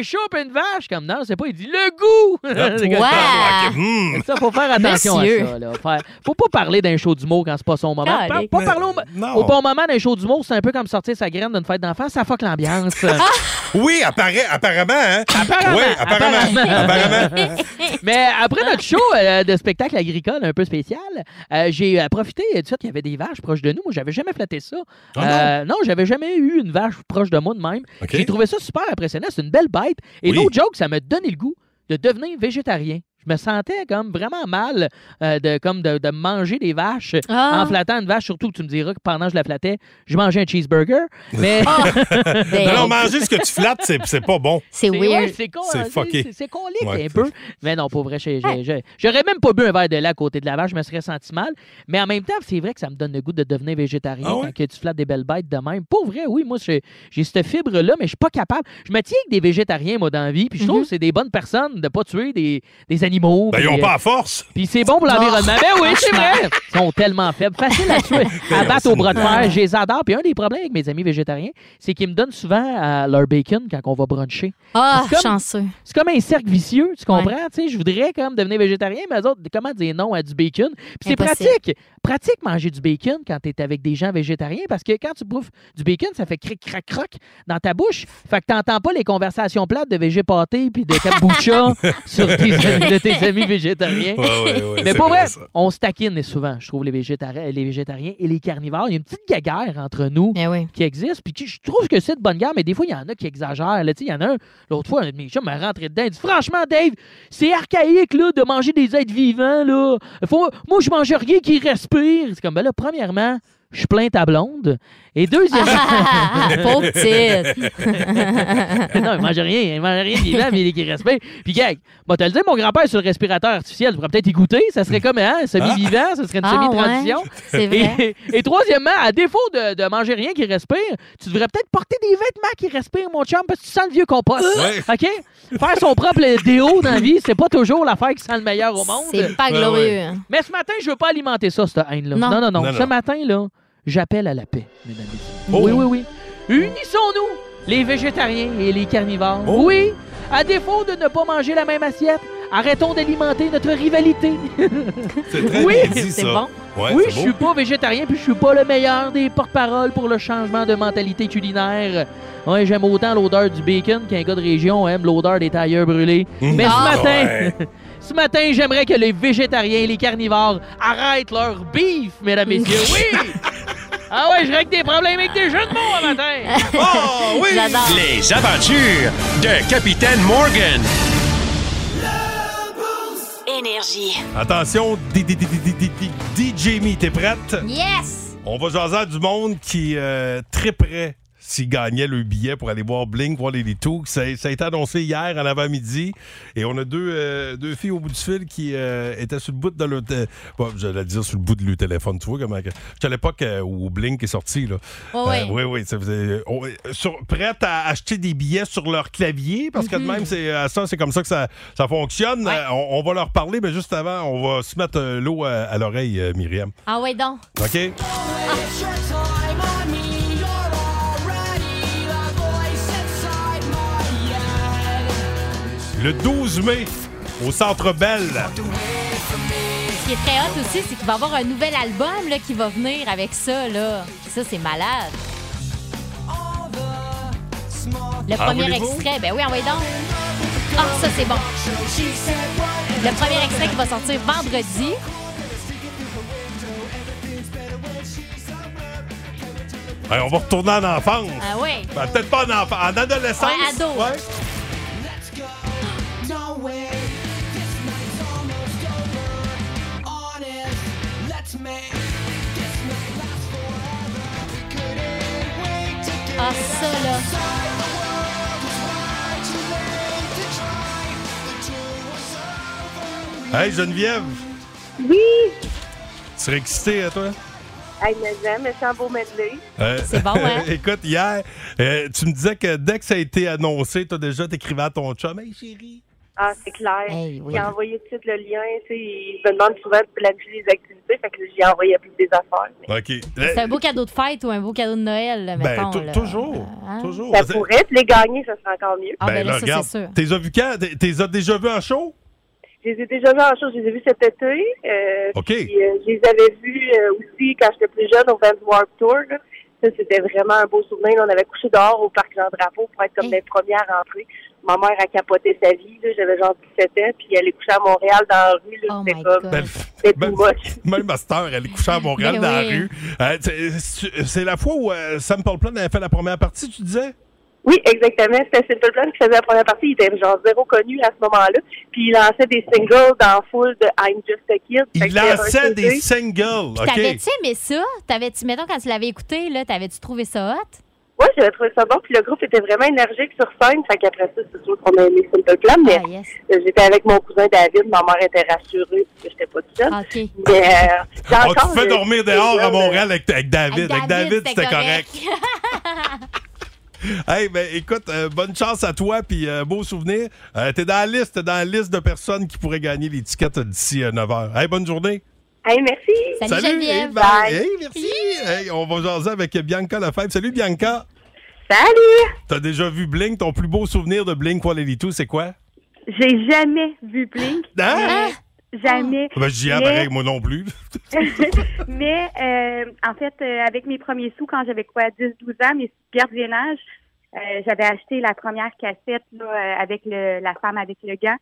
S11: un choupe une vache. Comme non, c'est pas, il dit le goût. <laughs> C'est comme-
S13: Wow.
S11: C'est Ça, faut faire attention
S13: Monsieur.
S11: à ça. Là. Faire- Faut pas parler d'un show d'humour quand c'est pas son moment. Pas,
S13: Calique.
S11: pas
S13: Mais-
S11: parler au,
S13: non.
S11: au bon moment d'un show d'humour, c'est un peu comme sortir sa graine d'une fête d'enfants, ça fuck l'ambiance.
S3: Hein? Oui, appara- apparemment, hein?
S11: Apparemment,
S3: Oui, apparemment. apparemment.
S11: <laughs> Mais après notre show euh, de spectacle agricole un peu spécial, euh, j'ai euh, profité euh, du fait qu'il y avait des vaches proches de nous. Moi, j'avais jamais flatté ça. Euh,
S13: Ah
S11: non, j'avais jamais eu une vache proche de moi de même. J'ai trouvé ça super impressionnant. C'est une belle bête. Et
S13: Oui.
S11: no joke, ça m'a donné le goût de devenir végétarien. Je me sentais comme vraiment mal euh, de, comme de, de manger des vaches
S13: Ah.
S11: en flattant une vache, surtout que tu me diras que pendant que je la flattais, je mangeais un cheeseburger. Mais... <laughs> Ah!
S3: <laughs>
S11: Ben,
S3: non, non, manger ce que tu flattes, c'est Ah. Ben, c'est pas bon.
S11: ouais, c'est con,
S3: C'est
S11: hein,
S3: fucké.
S11: c'est- C'est colique
S3: Ouais.
S11: un peu. Mais non, pour vrai, j'ai- j'ai- j'ai- j'aurais même pas bu un verre de lait à côté de la vache, je me serais senti mal. Mais en même temps, c'est vrai que ça me donne le goût de devenir végétarien
S13: Ah ouais?
S11: quand que tu flattes des belles bêtes de même. Pour vrai, oui, moi, j'ai j'ai cette fibre-là, mais je suis pas capable. Je me tiens avec des végétariens, moi, dans la vie. Puis je trouve que c'est des bonnes personnes de pas tuer des, des animaux.
S3: Ben, ils
S11: puis,
S3: ont
S11: euh,
S3: pas la force.
S11: Puis c'est bon pour l'environnement.
S3: Non.
S11: Ben oui, c'est vrai. Ils sont tellement faibles. Facile à
S3: <laughs> Ben
S11: tuer. À battre au bras de fer. Je les adore. Puis un des problèmes avec mes amis végétariens, c'est qu'ils me donnent souvent euh, leur bacon quand on va bruncher.
S4: Ah,
S11: C'est comme-
S4: chanceux.
S11: C'est comme un cercle vicieux, tu comprends?
S4: Ouais.
S11: Tu sais, je voudrais comme devenir végétarien, mais eux autres, comment dire non à du bacon? Puis c'est
S4: Impossible.
S11: pratique. Pratique manger du bacon quand tu es avec des gens végétariens parce que quand tu bouffes du bacon, ça fait cric crac croc dans ta bouche. Fait que t'entends pas les conversations plates de végé pâté puis de
S4: <laughs>
S11: kombucha sur tes, de tes amis végétariens.
S13: Ouais, ouais, ouais,
S11: mais
S13: c'est
S11: pour
S13: vrai,
S11: vrai,
S13: ça.
S11: on se taquine souvent, je trouve, les, végétari- les végétariens et les carnivores. Il y a une petite guerre entre nous
S13: Eh
S11: qui existe. Puis qui- je trouve que c'est de bonne guerre, mais des fois, il y en a qui exagèrent. là. Tu sais, Il y en a un, l'autre fois, un de mes chums m'a rentré dedans. Il dit Franchement, Dave, c'est archaïque là, de manger des êtres vivants. Là. Faut- moi, je mange rien qui respire. C'est comme, ben là, premièrement, je plains ta blonde. Et deuxièmement.
S13: <laughs>
S11: <laughs>
S13: pauvre petite.
S11: non, il mange rien. Il mange rien de vivant, mais qui respire. Puis, gag, bon, t'as le dire, mon grand-père sur le respirateur artificiel, tu pourrais peut-être écouter. Ça serait comme, hein, semi-vivant, ça serait une
S13: Ah,
S11: semi-transition.
S13: ouais, c'est vrai.
S11: Et, et troisièmement, à défaut de, de manger rien qui respire, tu devrais peut-être porter des vêtements qui respirent, mon chum, parce que tu sens le vieux compost.
S13: Ouais.
S11: OK? Faire son propre déo dans la vie, c'est pas toujours l'affaire qui sent le meilleur au monde.
S13: C'est pas Ouais, glorieux, ouais. hein.
S11: Mais ce matin, je veux pas alimenter ça, cette haine-là.
S13: Non.
S11: Non, non, non.
S13: Non,
S11: ce
S13: non.
S11: matin, là, j'appelle à la paix, mesdames et messieurs.
S13: Oh.
S11: Oui, oui, oui. Unissons-nous, les végétariens et les carnivores.
S13: Oh.
S11: Oui, à défaut de ne pas manger la même assiette, arrêtons d'alimenter notre rivalité.
S13: C'est très
S11: oui,
S13: bien dit, C'est ça. bon. Ouais,
S11: oui,
S13: c'est
S11: je
S13: beau.
S11: suis pas végétarien, puis je suis pas le meilleur des porte-paroles pour le changement de mentalité culinaire. Ouais, j'aime autant l'odeur du bacon qu'un gars de région aime l'odeur des tailleurs brûlés. Mais
S13: Ah.
S11: ce matin, <laughs>
S13: Ouais.
S11: ce matin, j'aimerais que les végétariens et les carnivores arrêtent leur beef, mesdames et messieurs. Oui! Ah ouais, je règle des problèmes avec des jeux de mots un matin! Ah
S12: Oh oui! Les aventures de Capitaine Morgan.
S6: Énergie.
S3: Attention, D- D- D- D- D- D- D- DJ Me, t'es prête?
S4: Yes!
S3: On va jaser à du monde qui euh, triperait s'il gagnait le billet pour aller voir Blink, voir les Litous. Ça, ça a été annoncé hier en avant-midi. Et on a deux, euh, deux filles au bout du fil qui euh, étaient sur le bout de leur... tél- Bon, j'allais dire sur le bout de leur téléphone. Tu vois comment... que- C'est à l'époque euh, où Blink est sorti. Là. Euh,
S13: Ouais, ouais.
S3: oui, oui. ça faisait- on- euh, sur- prêtes à acheter des billets sur leur clavier parce que de
S13: Mhm.
S3: même, c'est à ça, c'est comme ça que ça, ça fonctionne. Euh, on, on va leur parler, mais juste avant, on va se mettre euh, l'eau à, à l'oreille, euh, Myriam.
S4: Ah ouais, donc.
S3: OK? Le 12 mai, au Centre Bell.
S4: Ce qui est très hot aussi, c'est qu'il va y avoir un nouvel album là, qui va venir avec ça. Là. Ça, c'est malade. Le
S13: Ah,
S4: premier
S13: voulez-vous?
S4: extrait, ben oui, envoyez donc. Ah, ça, c'est bon. Le premier extrait qui va sortir vendredi.
S3: Hey, on va retourner en enfance.
S4: Ah ouais.
S3: Ben, Peut-être pas en enfance, en adolescence.
S4: Ouais, ado.
S3: Ouais.
S4: Ah, ça, là.
S3: Hey, Geneviève,
S9: Oui!
S3: tu serais excitée, hein, toi?
S9: Hey, mais j'aime, mais c'est un beau medley.
S3: Euh,
S9: C'est bon, hein?
S3: <laughs> Écoute, hier, euh, tu me disais que dès que ça a été annoncé, toi déjà, t'écrivais à ton chum. Hey, chérie.
S9: Ah, c'est clair.
S3: Hey, oui.
S9: Il a envoyé tout de suite le lien. Tu sais, il me demande souvent de planifier les activités.
S14: fait que j'y envoyais plus des affaires.
S3: OK.
S4: C'est un beau cadeau de fête ou un beau cadeau de Noël, là,
S3: Euh, Ben,
S4: mettons.
S3: tou-
S4: là. hein?
S3: toujours. Toujours.
S14: Ça pourrait, puis les gagner, ça serait encore mieux.
S4: Ah, ben là, ça, c'est
S3: regarde,
S4: sûr.
S3: t'es as vu quand? T'es- T'es as déjà vu en show?
S14: Je les ai déjà vus en show, je les ai vus cet été. euh,
S3: OK.
S14: puis, euh, je les avais vus euh, aussi quand j'étais plus jeune au Vans Warped Tour. là. Ça, c'était vraiment un beau souvenir. Là, on avait couché dehors au parc Jean-Drapeau pour être comme les premières rentrées. Ma mère a capoté sa vie. là. J'avais genre 17 ans, puis elle est couchée à Montréal dans la rue. là. C'était comme...
S3: Ben,
S14: c'est
S3: <laughs> même,
S14: too much.
S3: même à cette heure, elle est couchée à Montréal
S14: Ben
S3: dans la
S14: oui.
S3: rue. Euh, c'est- c'est la fois où euh, Sam Paul Plan avait fait la première partie, tu disais?
S14: Oui, exactement. C'était Simple Plan qui faisait la première partie. Il était genre zéro connu à ce moment-là. Puis il lançait des singles dans full de I'm Just a Kid. Fait
S3: Il
S14: que c'était un
S3: lançait
S14: CD.
S3: des singles.
S4: Puis
S3: OK.
S4: T'avais-tu aimé ça? T'avais-tu, mettons, quand tu l'avais écouté, là, t'avais-tu trouvé ça hot?
S14: Oui, j'avais trouvé ça bon. Puis le groupe était vraiment énergique sur scène. Fait qu'après ça, c'est sûr qu'on a aimé Simple Plan. Mais
S4: Ah, yes.
S14: euh, j'étais avec mon cousin David. Ma mère était rassurée parce que j'étais pas toute seule. Mais euh, j'ai
S3: On
S14: encore euh,
S3: te fait
S14: le-
S3: Ah, dormir dehors à Montréal avec, avec David. Avec David,
S4: c'était
S3: c'était correct. Hey, ben écoute, euh, bonne chance à toi, puis euh, beau souvenir. Euh, t'es dans la liste, t'es dans la liste de personnes qui pourraient gagner l'étiquette d'ici 9h. Hey, bonne journée.
S14: Hey, merci.
S3: hey, bye. Hey, merci. Hey, on va jaser avec Bianca Lefebvre. Salut, Bianca.
S15: Salut!
S3: T'as déjà vu Blink? Ton plus beau souvenir de Blink 182, c'est quoi?
S15: J'ai jamais vu Blink.
S3: Hein?
S15: Euh, Jamais.
S3: Ben, j'y ai
S15: Mais-
S3: pareil, moi non plus.
S15: <laughs> Mais euh, en fait, euh, avec mes premiers sous, quand j'avais quoi, 10-12 ans, mes gardiennages, euh, j'avais acheté la première cassette là, euh, avec le, la femme avec le gant.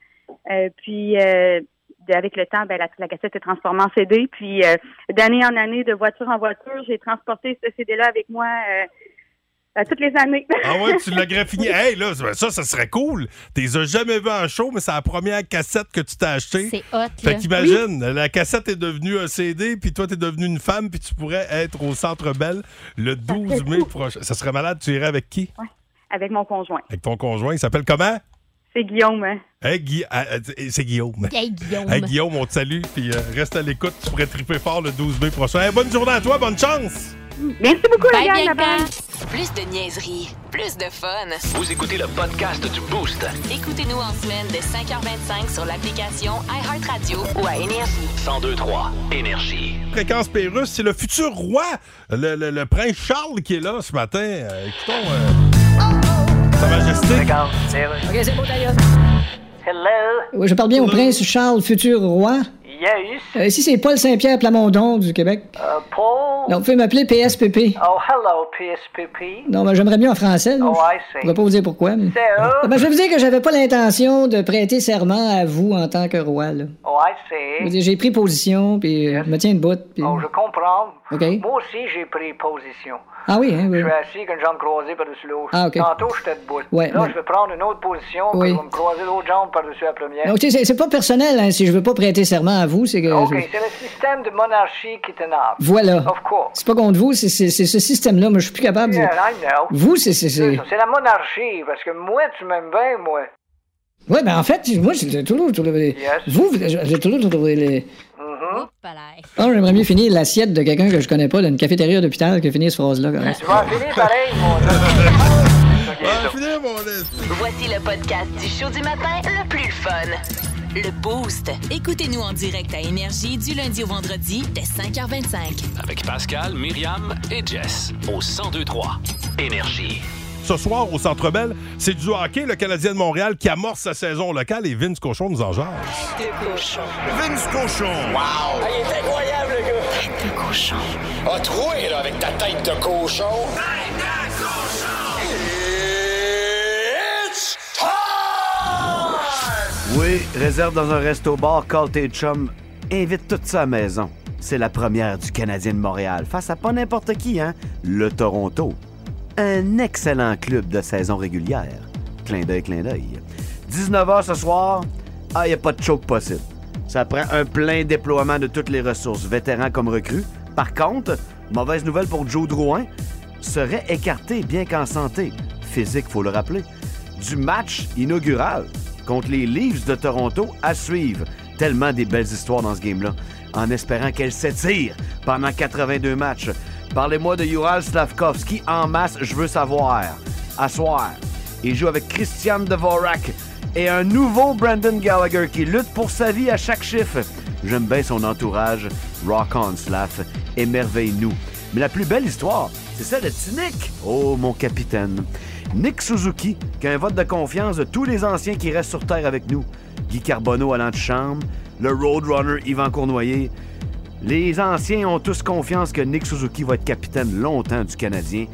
S15: Euh, puis, euh, de- avec le temps, ben, la, la cassette s'est transformée en CD. Puis, euh, d'année en année, de voiture en voiture, j'ai transporté ce CD-là avec moi euh, à toutes les années.
S3: Ah ouais, tu l'as graffiné. Hey, là, ça, ça serait cool. T'es as jamais vu en show, mais c'est la première cassette que tu t'as achetée.
S4: C'est hot,
S3: Fait
S4: là.
S3: qu'imagine, la cassette est devenue un CD, puis toi, t'es devenue une femme, puis tu pourrais être au Centre Belle le 12 mai prochain. Ça serait malade, tu irais avec qui?
S15: <laughs> avec mon conjoint.
S3: Avec ton conjoint, il s'appelle comment?
S15: C'est Guillaume. hein.
S3: Hey, Gui- ah, ah, c'est Guillaume.
S15: Hey, Guillaume.
S3: Hey, Guillaume, on te salue, puis euh, reste à l'écoute, tu pourrais triper fort le 12 mai prochain. Hey, bonne journée à toi, bonne chance!
S15: Merci beaucoup,
S6: Bye,
S15: la gang.
S6: Bianca.
S15: bye-bye.
S6: Plus de niaiserie, plus de fun.
S2: Vous écoutez le podcast du Boost.
S6: Écoutez-nous en semaine de 5h25 sur l'application iHeartRadio ou à Énergie.
S2: 1023 Énergie.
S3: Fréquence Pérusse, c'est le futur roi, le, le- le prince Charles qui est là ce matin. Euh, écoutons euh, Sa Majesté.
S16: OK, c'est beau, d'ailleurs. Hello.
S17: Oui, je parle bien au prince Charles, futur roi.
S16: Yes.
S17: Euh, ici, c'est Paul Saint-Pierre Plamondon du Québec.
S16: Euh, Paul.
S17: Non, vous pouvez m'appeler PSPP.
S16: Oh, hello, PSPP.
S17: Non, mais j'aimerais mieux en français. là.
S16: Oh, I
S17: Je
S16: see.
S17: pourrais pas vous dire pourquoi. mais-
S16: Sir.
S17: Ah, ben, je vais vous dire que j'avais pas l'intention de prêter serment à vous en tant que roi. là.
S16: Oh, I
S17: Je veux
S16: see.
S17: dire, J'ai pris position, puis euh, je me tiens debout. Puis...
S16: Oh, je comprends.
S17: OK.
S16: Moi aussi, j'ai pris position.
S17: Ah oui, hein, oui.
S16: Je suis assis avec une jambe croisée par-dessus l'autre.
S17: Ah, OK.
S16: Tantôt, j'étais debout.
S17: Ouais,
S16: Là,
S17: ouais.
S16: je vais prendre une autre position. puis
S17: Oui.
S16: Je vais me croiser l'autre jambe par-dessus la première.
S17: Non, tu sais, c'est- c'est pas personnel, hein, si je veux pas prêter serment à vous, c'est que...
S16: OK,
S17: je-
S16: c'est le système de monarchie qui t'énerve.
S17: Voilà.
S16: Of course.
S17: C'est pas contre vous, c'est c'est- c'est ce système-là, mais je suis plus capable de...
S16: Yeah, I know.
S17: Vous, c'est- c'est... c'est-
S16: C'est la monarchie, parce que moi, tu m'aimes bien, moi.
S17: Oui, ben en fait, moi, j'ai toujours trouvé. Vous, vous- j'ai toujours trouvé. Les...
S16: Mm-hmm.
S17: Ah, j'aimerais mieux finir l'assiette de quelqu'un que je connais pas d'une cafétéria d'hôpital que finir cette phrase-là. quand même.
S16: Tu vas en finir pareil, moi.
S1: Voici le podcast du show du matin le plus fun.
S6: Le Boost. Écoutez-nous en direct à Énergie du lundi au vendredi dès 5h25.
S2: Avec Pascal, Myriam et Jess au 1023 Énergie.
S3: Ce soir, au Centre Bell, c'est du hockey, le Canadien de Montréal qui amorce sa saison locale et Vince Cochon nous en jase.
S12: Vince Cochon. Wow. il est incroyable, le gars. Tête de cochon. Ah, troué, là, avec ta tête de cochon. Tête de cochon. It's
S18: Oui, réserve dans un resto-bar, call tes chums, invite toute sa maison. C'est la première du Canadien de Montréal, face à pas n'importe qui, hein? Le Toronto. Un excellent club de saison régulière. Clin d'œil, clin d'œil. 19h ce soir, ah, y a pas de choke possible. Ça prend un plein déploiement de toutes les ressources, vétérans comme recrues. Par contre, mauvaise nouvelle pour Joe Drouin, serait écarté, bien qu'en santé. Physique, faut le rappeler. Du match inaugural contre les Leafs de Toronto à suivre. Tellement des belles histoires dans ce game-là. En espérant qu'elle s'étire pendant 82 matchs. Parlez-moi de Ural Slavkovski en masse, je veux savoir. À soir, il joue avec Christian Dvorak et un nouveau Brandon Gallagher qui lutte pour sa vie à chaque chiffre. J'aime bien son entourage. Rock on, Slaff. Émerveille-nous. Mais la plus belle histoire, c'est celle de petit Nick. Oh, mon capitaine. Nick Suzuki, qui a un vote de confiance de tous les anciens qui restent sur Terre avec nous. Guy Carbonneau à l'antichambre. Le Roadrunner Yvan Cournoyer. Les anciens ont tous confiance que Nick Suzuki va être capitaine longtemps du Canadien.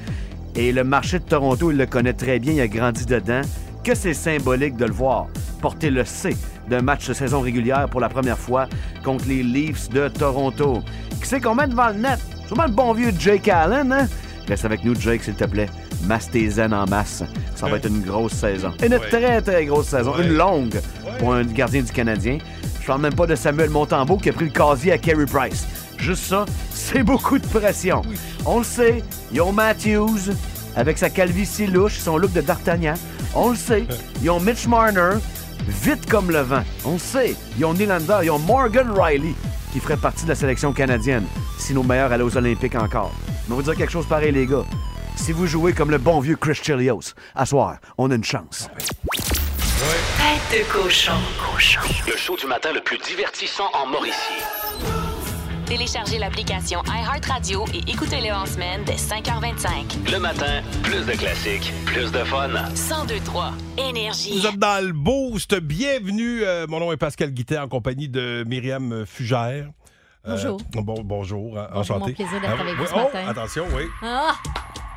S18: Et le marché de Toronto, il le connaît très bien, il a grandi dedans. Que c'est symbolique de le voir porter le C d'un match de saison régulière pour la première fois contre les Leafs de Toronto. Qui c'est qu'on met devant le net? Sûrement le bon vieux Jake Allen, hein? Reste avec nous, Jake, s'il te plaît. Masse tes zen en masse. Ça va être une grosse saison. Une
S12: Ouais.
S18: très, très grosse saison.
S12: Ouais.
S18: Une longue pour un gardien du Canadien. Je parle même pas de Samuel Montembeau qui a pris le casier à Carey Price. Juste ça, <laughs> c'est beaucoup de pression. On le sait, ils ont Matthews avec sa calvitie louche, son look de D'Artagnan. On le sait, ils ont Mitch Marner, vite comme le vent. On le sait, ils ont Nylander, ils ont Morgan Riley qui ferait partie de la sélection canadienne si nos meilleurs allaient aux Olympiques encore. Mais on va vous dire quelque chose pareil, les gars. Si vous jouez comme le bon vieux Chris Chelios, à soir, on a une chance.
S1: Tête de cochon.
S2: Le show du matin le plus divertissant en Mauricie.
S6: Téléchargez l'application iHeartRadio et écoutez-le en semaine dès 5h25.
S2: Le matin, plus de classiques, plus de fun.
S6: 1023 Énergie.
S3: Vous êtes dans le boost. Bienvenue. Euh, mon nom est Pascal Guittet en compagnie de Myriam Fugère. Euh,
S4: Bonjour.
S3: bon- bonjour. euh,
S4: Bonjour,
S3: Enchanté.
S4: mon plaisir d'être
S3: Ah,
S4: avec
S3: oui,
S4: vous ce
S3: oh,
S4: matin.
S3: attention, oui.
S4: Ah!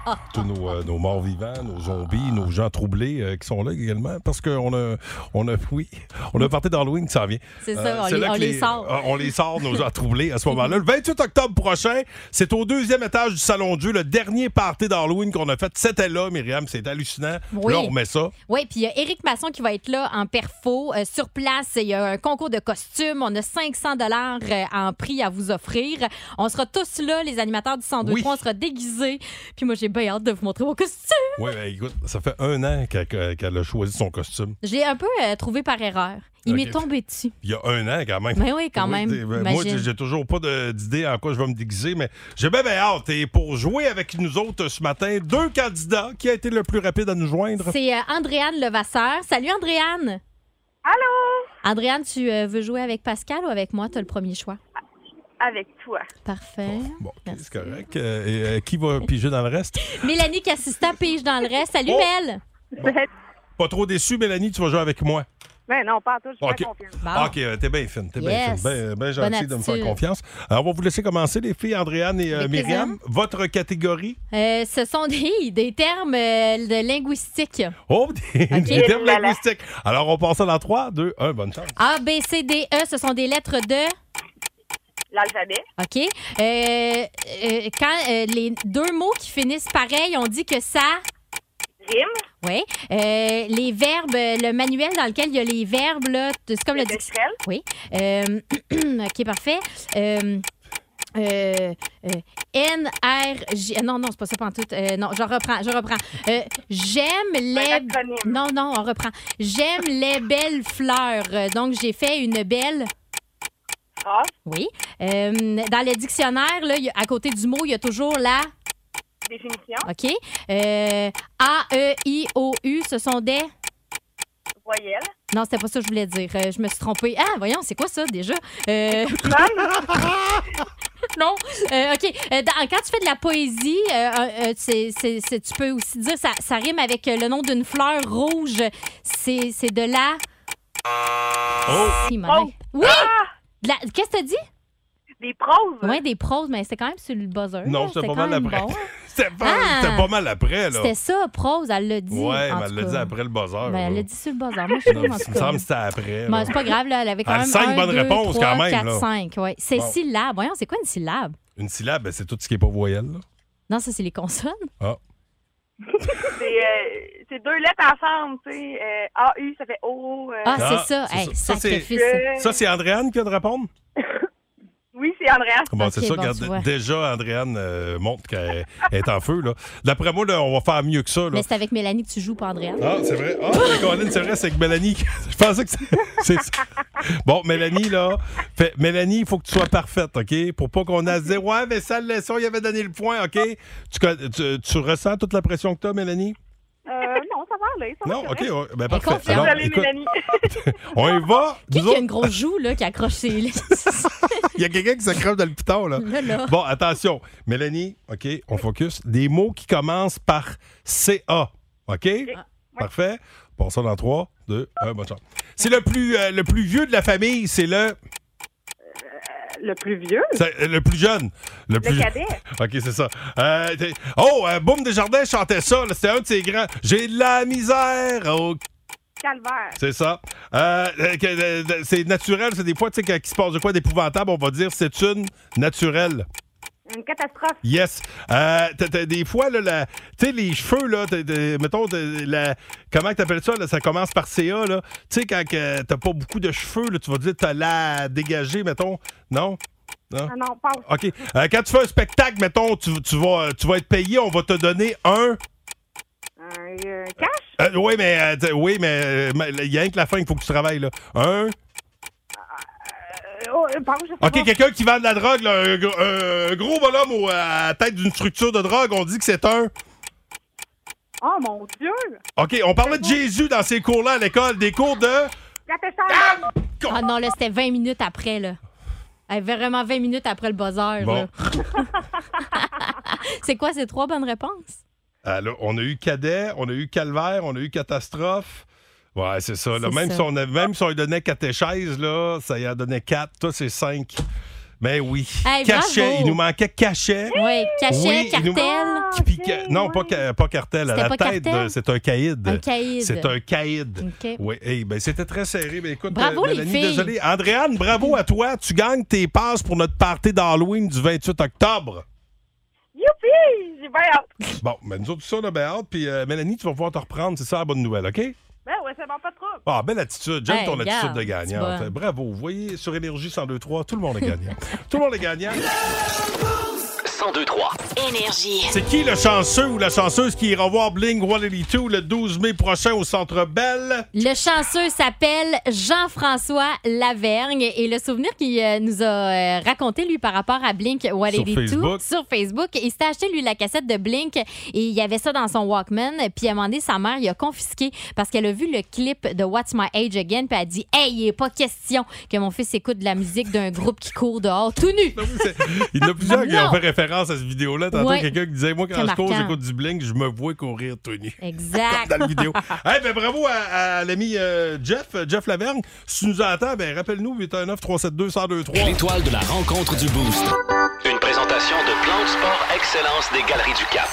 S4: Ah!
S3: Tous nos, euh, nos morts vivants, nos zombies, nos gens troublés euh, qui sont là également parce qu'on a, on a, oui, on a parti d'Halloween qui s'en vient. Euh,
S4: C'est ça, on
S3: c'est
S4: les-
S3: là que
S4: on les sort.
S3: Ah, on les sort, nos
S4: <laughs>
S3: gens troublés à ce moment-là. Le 28 octobre prochain, c'est au deuxième étage du Salon Dieu, le dernier party d'Halloween qu'on a fait. C'était là, Myriam, c'est hallucinant.
S4: Oui.
S3: Là, on remet ça.
S4: Oui, puis il y a Éric Masson qui va être là en perfo. Euh, sur place, il y a un concours de costumes. On a 500 dollars euh, en prix à vous offrir. On sera tous là, les animateurs du 102
S3: Oui.
S4: On sera déguisés. Puis moi, j'ai bien hâte de vous montrer mon costume.
S3: Oui, ben, écoute, ça fait un an qu'elle qu'elle a choisi son costume.
S4: Je l'ai un peu euh, trouvé par erreur. Il
S3: Ok.
S4: m'est tombé dessus.
S3: Il y a un an quand même.
S4: Ben oui, quand même,
S3: t'es- ben, moi,
S4: imagine.
S3: j'ai- j'ai toujours pas de- d'idée en quoi je vais me déguiser, mais j'ai bien ben hâte. Et pour jouer avec nous autres ce matin, deux candidats. Qui a été le plus rapide à nous joindre?
S4: C'est euh, Andréane Levasseur. Salut, Andréane. Allô? Andréane, tu euh, veux jouer avec Pascal ou avec moi? Tu as le premier choix.
S15: Avec toi.
S4: Parfait.
S3: C'est correct. Euh, et, euh, qui va piger dans le reste?
S4: Mélanie qui assiste à pige dans le reste. Salut, Mel.
S3: Pas trop déçu, Mélanie, tu vas jouer avec moi.
S15: Ben non, pas en tout, je
S3: OK,
S15: suis pas confiance.
S3: OK, euh, t'es bien fine, t'es bien
S15: Yes.
S3: fine. Ben, ben
S15: Bonne
S3: gentil de me faire
S15: attitude.
S3: confiance. Alors, on va vous laisser commencer, les filles, Andréane et euh,
S4: Avec plaisir.
S3: Myriam. Votre catégorie?
S4: Euh, ce sont des, des termes euh, de linguistique.
S3: Oh, des,
S4: OK.
S3: des termes
S4: Et là là.
S3: linguistiques. Alors, on passe à la 3, 2, 1, bonne chance.
S4: A, B, C, D, E, ce sont des lettres de.
S15: L'alphabet.
S4: OK. Euh, euh, quand euh, les deux mots qui finissent pareil, on dit que ça.
S15: Rime.
S4: Oui. Euh, les verbes, euh, le manuel dans lequel il y a les verbes, là, t- c'est comme le dictionnaire. Oui. Euh, <clears throat> OK, parfait. Euh, euh, euh, N, R, J. euh, Non, non, c'est pas ça, pas en tout. Euh, non, je reprends, je reprends. Euh, J'aime les. Non, non, on reprend. J'aime les belles fleurs. Euh, Donc, j'ai fait une belle.
S15: Ah.
S4: Oui. Euh, dans le dictionnaire, là, il y a- à côté du mot, il y a toujours la.
S15: Définition.
S4: OK. Euh, A, E, I, O, U, ce sont des.
S15: Voyelle.
S4: Non, c'était pas ça que je voulais dire. Euh, je me suis trompée. Ah, voyons, c'est quoi ça déjà? Euh, <laughs> non. Euh, OK. Euh, dans- quand tu fais de la poésie, euh, euh, c'est- c'est- c'est- tu peux aussi dire ça, ça rime avec euh, le nom d'une fleur rouge. C'est c'est de la.
S3: Oh,
S4: Si, maman. Oui! De la- Qu'est-ce que t'as dit?
S15: Ah! Des proses.
S4: Oui, des proses, mais c'était quand même sur le buzzer.
S3: Non,
S4: là.
S3: c'était pas
S4: hein, quand
S3: mal
S4: même
S3: après. <laughs>
S4: bon.
S3: C'était pas,
S4: Ah!
S3: c'était pas mal après, là.
S4: C'était ça, prose, elle l'a dit.
S3: Ouais,
S4: en
S3: mais
S4: tout
S3: elle l'a
S4: cas.
S3: dit après le buzzer.
S4: Ben, elle
S3: là.
S4: l'a dit sur le buzzer. Moi, je trouve, en
S3: Il
S4: tout
S3: me semble
S4: cas.
S3: que c'était après.
S4: Bon,
S3: là.
S4: Bah, c'est pas grave, là. Elle avait quand
S3: Elle
S4: même.
S3: a cinq
S4: un,
S3: bonnes
S4: deux,
S3: réponses,
S4: trois,
S3: quand même,
S4: quatre,
S3: là.
S4: cinq, ouais. C'est
S3: Bon.
S4: syllabe. Voyons, c'est quoi une syllabe?
S3: Une syllabe, ben, c'est tout ce qui est pas voyelle. là.
S4: Non, ça, c'est les consonnes.
S3: Ah.
S15: <laughs> C'est euh, c'est deux lettres ensemble, tu sais. Euh, AU, ça fait O.
S4: Ah,
S15: euh,
S3: Ça, Ah, c'est ça, c'est Andréane qui vient de répondre?
S15: Oui, c'est Andréa.
S3: Bon, c'est ça. regarde, déjà, Andréane euh, montre qu'elle est en feu. là. D'après moi, là, on va faire mieux que ça. Là.
S4: Mais c'est avec Mélanie que tu joues, pas Andréane.
S3: Ah, c'est vrai. Ah, mais Colin, c'est vrai, c'est que Mélanie. <laughs> Je pensais que c'est- c'est ça. Bon, Mélanie, là. fait- Mélanie, il faut que tu sois parfaite, OK? Pour pas qu'on a zéro. Ouais, mais ça, le leçon, il avait donné le point, OK? Tu, con- tu, tu ressens toute la pression que tu as, Mélanie?
S15: Euh, non, ça va.
S14: là. Ils sont
S3: Non, OK.
S14: corrects.
S3: ouais, ben, parfait.
S14: Confiance.
S3: Alors,
S14: Désolée,
S3: écoute,
S14: Mélanie.
S3: on y va.
S4: Qui
S3: Nous
S4: qui a une
S3: autres-
S4: grosse joue là, qui accroche ses lèvres?
S3: <laughs> Il y a quelqu'un qui s'accroche dans le piton, là.
S4: Là, là.
S3: Bon, attention. Mélanie, OK, on focus. Des mots qui commencent par CA. OK? Parfait. Bon, ça dans 3, 2, 1, bonne chance. C'est le plus, euh, le plus vieux de la famille, c'est le.
S14: Euh, Le plus vieux?
S3: C'est, euh, le plus jeune. Le, plus...
S14: cadet.
S3: <laughs> OK, c'est ça. Euh, t'es- oh, euh, Boum Desjardins chantait ça. là. C'était un de ses grands. J'ai de la misère au
S14: Calvaire.
S3: c'est ça. Euh, euh, que- euh, euh, c'est naturel. C'est des fois, tu sais, quand il se passe de quoi d'épouvantable, on va dire c'est une naturelle.
S14: Une catastrophe.
S3: Yes. Euh, t'as- t'as des fois, là, la- tu sais, les cheveux, là, t'as- t'as- mettons, t'as- la, comment t'appelles ça? là? ça commence par CA, là. Tu sais, quand que t'as pas beaucoup de cheveux, là, tu vas dire t'as la dégager, mettons. Non? Non?
S14: Ah non, passe.
S3: OK. Euh, quand tu fais un spectacle, mettons, tu, tu vas, tu vas être payé, on va te donner un...
S14: Un euh, cash?
S3: Euh, oui, mais euh, t'sais, oui, mais il y a rien que la fin qu'il faut que tu travailles, là. Un...
S14: Euh, oh, euh, pardon, je sais
S3: OK,
S14: pas.
S3: quelqu'un qui vend de la drogue, là, un, gros- un gros bonhomme au- à la tête d'une structure de drogue, on dit que c'est un.
S14: Oh mon Dieu!
S3: OK, on parlait de Jésus dans ces cours-là à l'école, des cours de.
S4: Ah non, là, c'était 20 minutes après, là. Eh, Vraiment 20 minutes après le buzzer.
S3: Bon.
S4: là. <laughs> C'est quoi ces trois bonnes réponses?
S3: Ah, là, on a eu cadet, on a eu calvaire, on a eu catastrophe. Ouais, c'est ça. là.
S4: C'est
S3: Même,
S4: ça.
S3: Si on a- même si on lui donnait catéchèse, là, ça y en donnait quatre. Toi, c'est cinq. Mais oui.
S4: Hey,
S3: cachet,
S4: bravo.
S3: il nous manquait cachet.
S4: Oui, cachet,
S3: Oui, il nous-
S4: cartel.
S3: Qui piquait- Non, pas, ca- pas cartel. À
S4: C'était
S3: la
S4: pas
S3: tête,
S4: cartel?
S3: de- c'est un caïd.
S4: Un caïd.
S3: C'est un caïd.
S4: OK.
S3: Oui, hey, ben, c'était très serré. Ben, écoute,
S4: Bravo, les
S3: Mélanie,
S4: filles.
S3: désolé. Andréane, bravo à toi. Tu gagnes tes passes pour notre party d'Halloween du 28 octobre.
S14: Youpi! J'ai bien hâte.
S3: Bon, ben, nous autres, ça, on a bien hâte. Puis euh, Mélanie, tu vas pouvoir te reprendre. C'est ça la bonne nouvelle, OK?
S14: Ben ouais, c'est bon, pas de trouble.
S3: Ah, belle attitude. J'aime
S14: Hey,
S3: ton attitude
S14: regarde,
S3: de
S14: c'est
S3: gagnante.
S14: bon.
S3: Bravo. Vous voyez, sur Énergie 102.3, tout le monde est gagnant. <laughs> tout le monde est gagnant.
S2: 102-3.
S6: Énergie.
S3: C'est qui le chanceux ou la chanceuse qui ira voir Bling 182 le 12 mai prochain au Centre Bell?
S4: Le chanceux s'appelle Jean-François Lavergne et le souvenir qu'il euh, nous a euh, raconté, lui, par rapport à Blink What
S13: Sur
S4: It Is Too,
S13: Facebook.
S4: sur Facebook, il s'était acheté, lui, la cassette de Blink et il y avait ça dans son Walkman. Puis, à un moment donné, sa mère, il a confisqué parce qu'elle a vu le clip de What's My Age Again. Puis, elle a dit Hey, il n'est pas question que mon fils écoute de la musique d'un groupe qui court dehors tout nu.
S13: Ben
S3: <laughs> Il y en a plusieurs qui
S19: Ben,
S4: Non.
S3: ont fait référence à cette vidéo-là. Tantôt,
S4: Ouais.
S3: quelqu'un qui disait Moi, quand
S4: Très
S3: je cours,
S4: marquant.
S3: j'écoute du Bling, je me vois courir tout nu. <laughs>
S4: Exact.
S3: Dans la
S19: <laughs>
S3: vidéo. hey, ben, bravo à, à l'ami euh, Jeff, euh, Jeff Lavergne. Si tu nous entends, ben, rappelle-nous 819-372-1023.
S2: L'étoile de la rencontre du Boost. Une présentation de Plan de Sport Excellence des Galeries du Cap.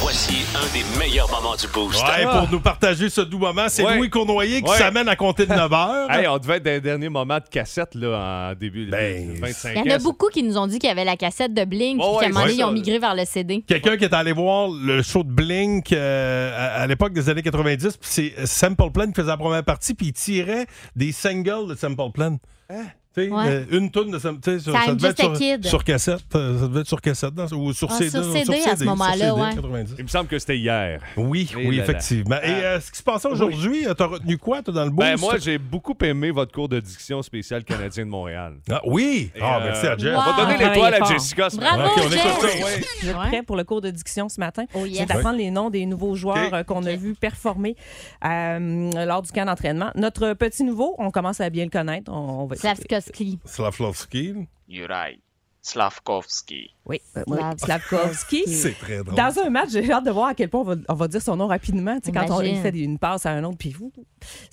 S2: Voici un des meilleurs moments du Boost.
S3: Ouais, pour nous partager ce doux moment, c'est
S19: Ah. Ouais.
S3: Louis Cournoyer qui
S19: Ouais.
S3: s'amène à compter de 9 heures.
S19: <laughs> Hey, on devait être dans les derniers moments de cassette là, en début
S3: Ben,
S19: de 25
S4: Il y en a beaucoup qui nous ont dit qu'il y avait la cassette de Blink, puis
S3: ouais,
S4: qu'à un moment
S3: c'est
S4: donné, ils
S3: ça.
S4: ont migré vers le CD.
S3: Quelqu'un qui est allé voir le show de Blink euh, à, à l'époque des années 90, puis c'est Sample Plan qui faisait la première partie, puis il tirait des singles de Sample Plan. Tu sais,
S4: Ouais.
S3: euh, une tonne de Sam- tu sais, sur,
S4: Time
S3: ça devait
S4: Just
S3: être
S4: a
S3: sur,
S4: Kid.
S3: sur cassette, euh, ça devait être sur cassette dans- ou sur
S4: Ah,
S3: CD,
S4: sur
S3: sur
S4: CD, à ce
S3: CD, sur
S4: moment-là,
S3: CD,
S4: ouais.
S3: 90.
S19: Il me semble que c'était hier.
S3: Oui,
S19: Et
S3: oui,
S19: là là.
S3: effectivement. Et euh, ce qui se passait aujourd'hui, euh, t'as retenu quoi, toi, dans le beau?
S19: Ben, moi, j'ai beaucoup aimé votre cours de diction spéciale canadien de Montréal.
S3: Ah, oui!
S19: Et,
S3: Ah,
S19: euh,
S3: merci à Jeff.
S19: on va donner l'étoile à Jessica. ce matin.
S3: Ok, on écoute ça, ouais.
S7: Vous êtes prêts pour le cours de diction ce matin?
S4: yes.
S7: Je vais d'apprendre les noms des nouveaux joueurs euh, qu'on a vus performer euh, lors du camp d'entraînement. Notre petit nouveau, on commence à bien le connaître. On, on va
S4: Slavkovski.
S3: Slavkovski.
S8: You're right. Slavkovski.
S7: Oui, euh, oui, Slavkovski.
S8: <laughs> C'est très drôle.
S7: Dans un match, j'ai hâte de voir à quel point on va, on va dire son nom rapidement. Tu sais, quand on
S8: Imagine.
S7: il fait une passe à un autre, puis vous,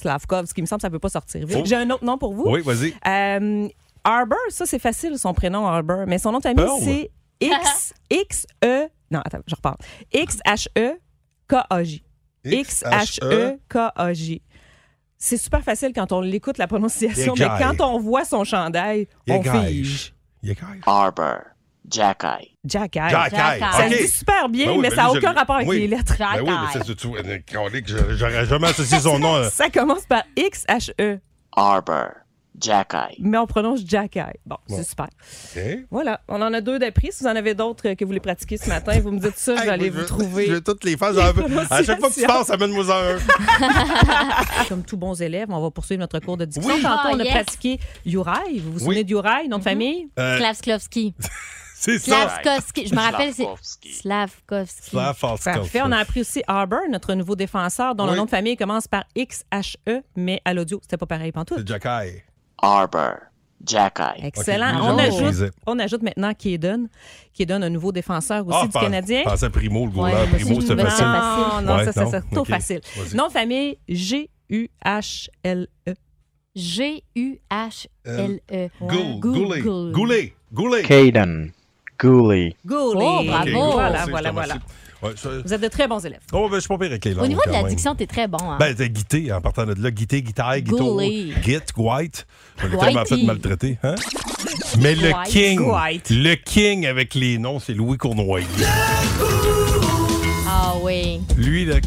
S7: Slavkovski, il me semble que ça ne peut pas sortir vite.
S8: Oh.
S7: J'ai un autre nom pour vous.
S8: Oui, vas-y.
S7: Euh, Arbor, ça c'est facile, son prénom Arbor, mais son nom de famille
S8: Pearl.
S7: c'est X, X, E, non, attends, je repars. X, H, E, K, A, J. X, H, E, K, A, J. C'est super facile quand on l'écoute, la prononciation, mais
S8: Yegai.
S7: quand on voit son chandail, on fige.
S8: Arbor. Jackeye.
S7: Jack-Eye.
S3: Jack-Eye.
S7: Ça
S3: OK.
S7: se dit super bien,
S3: Ben oui,
S7: mais
S3: ben
S7: ça n'a
S3: lui, je
S7: aucun
S3: l'ai-
S7: rapport avec
S3: oui.
S7: les lettres.
S3: Ben oui, mais c'est surtout. euh, calique, je- J'aurais jamais associé son nom. euh. à-
S7: Ça commence par X-H-E,
S8: Arbor. Jackeye.
S7: mais on prononce Jack-Eye. Bon,
S8: Bon.
S7: c'est super.
S3: Ok.
S7: Voilà, on en a deux d'appris. Si vous en avez d'autres euh, que vous voulez pratiquer ce matin, vous me dites ça, je vais aller
S3: Je
S7: vous
S3: veux-
S7: trouver.
S3: Je veux toutes <laughs> les faire. j'en veux- À chaque fois que tu
S7: prononciations.
S3: passes, amène-moi un.
S7: Ah, Comme tous bons élèves, on va poursuivre notre cours de diction.
S4: Oui.
S7: Tantôt,
S4: Ah,
S7: on a
S4: yes. Mhm.
S7: pratiqué Yurai. Vous vous
S3: Oui.
S7: souvenez de Yurai, nom de famille?
S3: Euh,
S4: Slavskovski.
S3: <laughs> C'est ça.
S4: Slavkovski. Je me rappelle, c'est Slavkovski.
S3: Slavkovski.
S7: Parfait. On a appris aussi Harbour, notre nouveau défenseur, dont le
S3: Oui.
S7: nom de famille commence par XHE, mais à l'audio, c'était pas pareil pantoute.
S3: Jacky.
S8: Arbor. Jacky.
S7: Excellent. on, ajoute, on ajoute maintenant Kaden, Kaden, un nouveau défenseur aussi du Canadien.
S3: Ah, Pensez à Primo, le goaler.
S7: Ouais, moi aussi,
S3: Primo,
S7: je
S3: c'était
S7: me disais
S3: facile.
S7: Non, non,
S3: Ouais,
S7: ça, ça, ça, trop
S3: ok.
S7: facile.
S3: Vas-y.
S7: Nom de famille, G-U-H-L-E.
S8: E.
S4: G-U-H-L-E.
S3: Euh,
S7: E.
S3: Goul,
S4: Goulet.
S3: Goulet. Goulet. Goulet.
S8: Caden. Gooley.
S7: Goulet.
S4: Oh, <laughs>
S3: Ok,
S4: bravo.
S3: Goulet,
S7: Voilà,
S3: c'est- je
S7: voilà,
S3: te remercie. Ouais, ça-
S7: Vous êtes de très bons élèves.
S3: Oh, ben, je suis pas pire avec les langues.
S4: Au niveau de la
S3: quand même.
S4: diction, t'es très bon. hein.
S3: Ben, t'es guité en partant de là. Guité, guitare, guito,
S4: Goulet.
S3: git, white. Je l'ai tellement fait
S4: Whitey.
S3: maltraiter. Hein? Mais le
S4: White.
S3: king,
S4: White.
S3: le king avec les noms, c'est Louis Cournoyer.
S4: Ah oui.
S3: Lui, là, <laughs>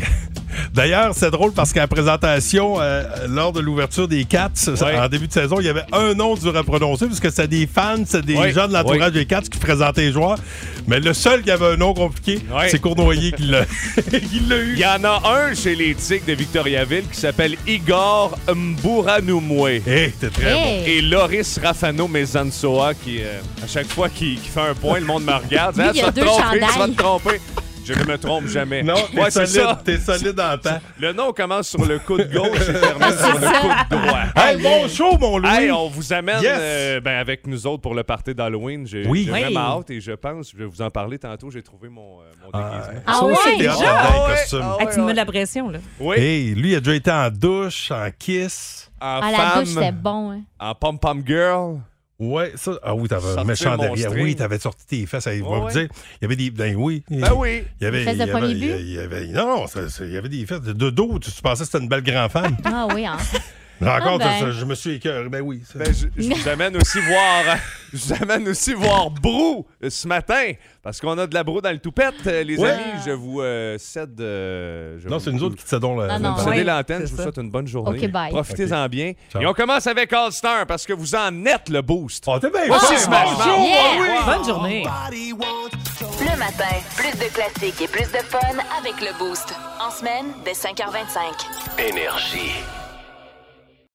S3: D'ailleurs, c'est drôle parce qu'à la présentation, euh, lors de l'ouverture des Cats, en début de saison, il y avait un nom dur à prononcer parce que c'était des fans, c'était des
S19: Ouais,
S3: gens de l'entourage des Cats qui présentaient les joueurs. Mais le seul qui avait un nom compliqué,
S19: Ouais.
S3: c'est Cournoyer
S19: <laughs>
S3: qui l'a. Il l'a eu.
S19: Il y en a un chez les Tics de Victoriaville qui s'appelle Igor Mbouranoumoui.
S3: Eh, t'es
S13: Hey.
S19: très bon. Et Loris Rafano Mezansoa qui, euh, à chaque fois qu'il qu'il fait un point, le monde me regarde.
S13: Lui,
S19: Ah,
S13: il
S19: tu
S13: a
S19: vas te
S13: deux
S19: tromper, tu vas
S13: chandails.
S19: te tromper. Je ne me trompe jamais.
S3: Non, t'es
S19: Ouais, c'est
S3: solide,
S19: ça.
S3: t'es solide en temps.
S19: Le nom commence sur le coup de gauche et
S13: Ah,
S19: termine sur le
S3: ça.
S19: coup de droit.
S3: Hey, bon show, mon Louis.
S19: Hey, on vous amène
S3: Yes.
S19: euh, ben, avec nous autres pour le party d'Halloween. J'ai
S3: Oui.
S19: j'ai
S3: Oui.
S19: vraiment hâte et je pense, je vais vous en parler tantôt, j'ai trouvé mon, euh, mon déguisement.
S7: Ah ouais,
S3: C'était
S7: déjà?
S3: hot, dans les
S7: Ah ouais,
S3: costumes.
S7: Ah, tu me mets de la pression, là.
S19: Oui.
S3: Hey, lui, il a déjà été en douche, en kiss.
S19: En
S4: Ah, la douche, c'était bon. hein.
S19: En pom-pom girl.
S3: Ouais, ça. Ah oui, t'avais un
S19: Sortir
S3: méchant
S19: mon
S3: derrière.
S19: string.
S3: Oui, t'avais sorti tes fesses. Il va
S19: Ouais,
S3: vous
S19: ouais.
S3: dire. Il y avait des. Ben oui.
S19: Ben oui.
S3: Il y avait.
S4: Des fesses de
S3: il y avait-
S4: premier
S3: il y
S4: but?
S3: il y avait- non, non, ça- ça- il y avait des fesses de, de dos. Tu, tu pensais que c'était une belle
S4: <laughs>
S3: grande femme.
S4: Ah oui, hein.
S3: Mais Encore,
S4: Ah ben.
S3: ça, je me suis écœuré. Ben oui. ça-
S19: Ben, je,
S4: <laughs>
S19: je vous amène aussi voir, <laughs> je vous amène aussi voir Brou euh, ce matin parce qu'on a de la Brou dans le toupette, euh, les
S3: Ouais.
S19: amis. Je vous euh, cède. euh, je
S3: non,
S19: vous-
S3: c'est nous autres qui te cédons la.
S4: Ah non.
S19: Vous cédez
S4: Ouais,
S19: l'antenne.
S4: c'est
S19: Je vous
S4: ça.
S19: souhaite une bonne journée.
S4: Ok, bye.
S19: Profitez-en bien. Et on commence avec All Star parce que vous en êtes le boost.
S3: Oh, t'es bien
S19: Voici
S3: fin.
S19: Smash Mouth.
S3: Bonjour,
S19: Ouais.
S3: oui.
S7: Bonne journée.
S6: Le matin, plus de classiques et plus de fun avec le Boost. En semaine, dès 5h25.
S2: Énergie.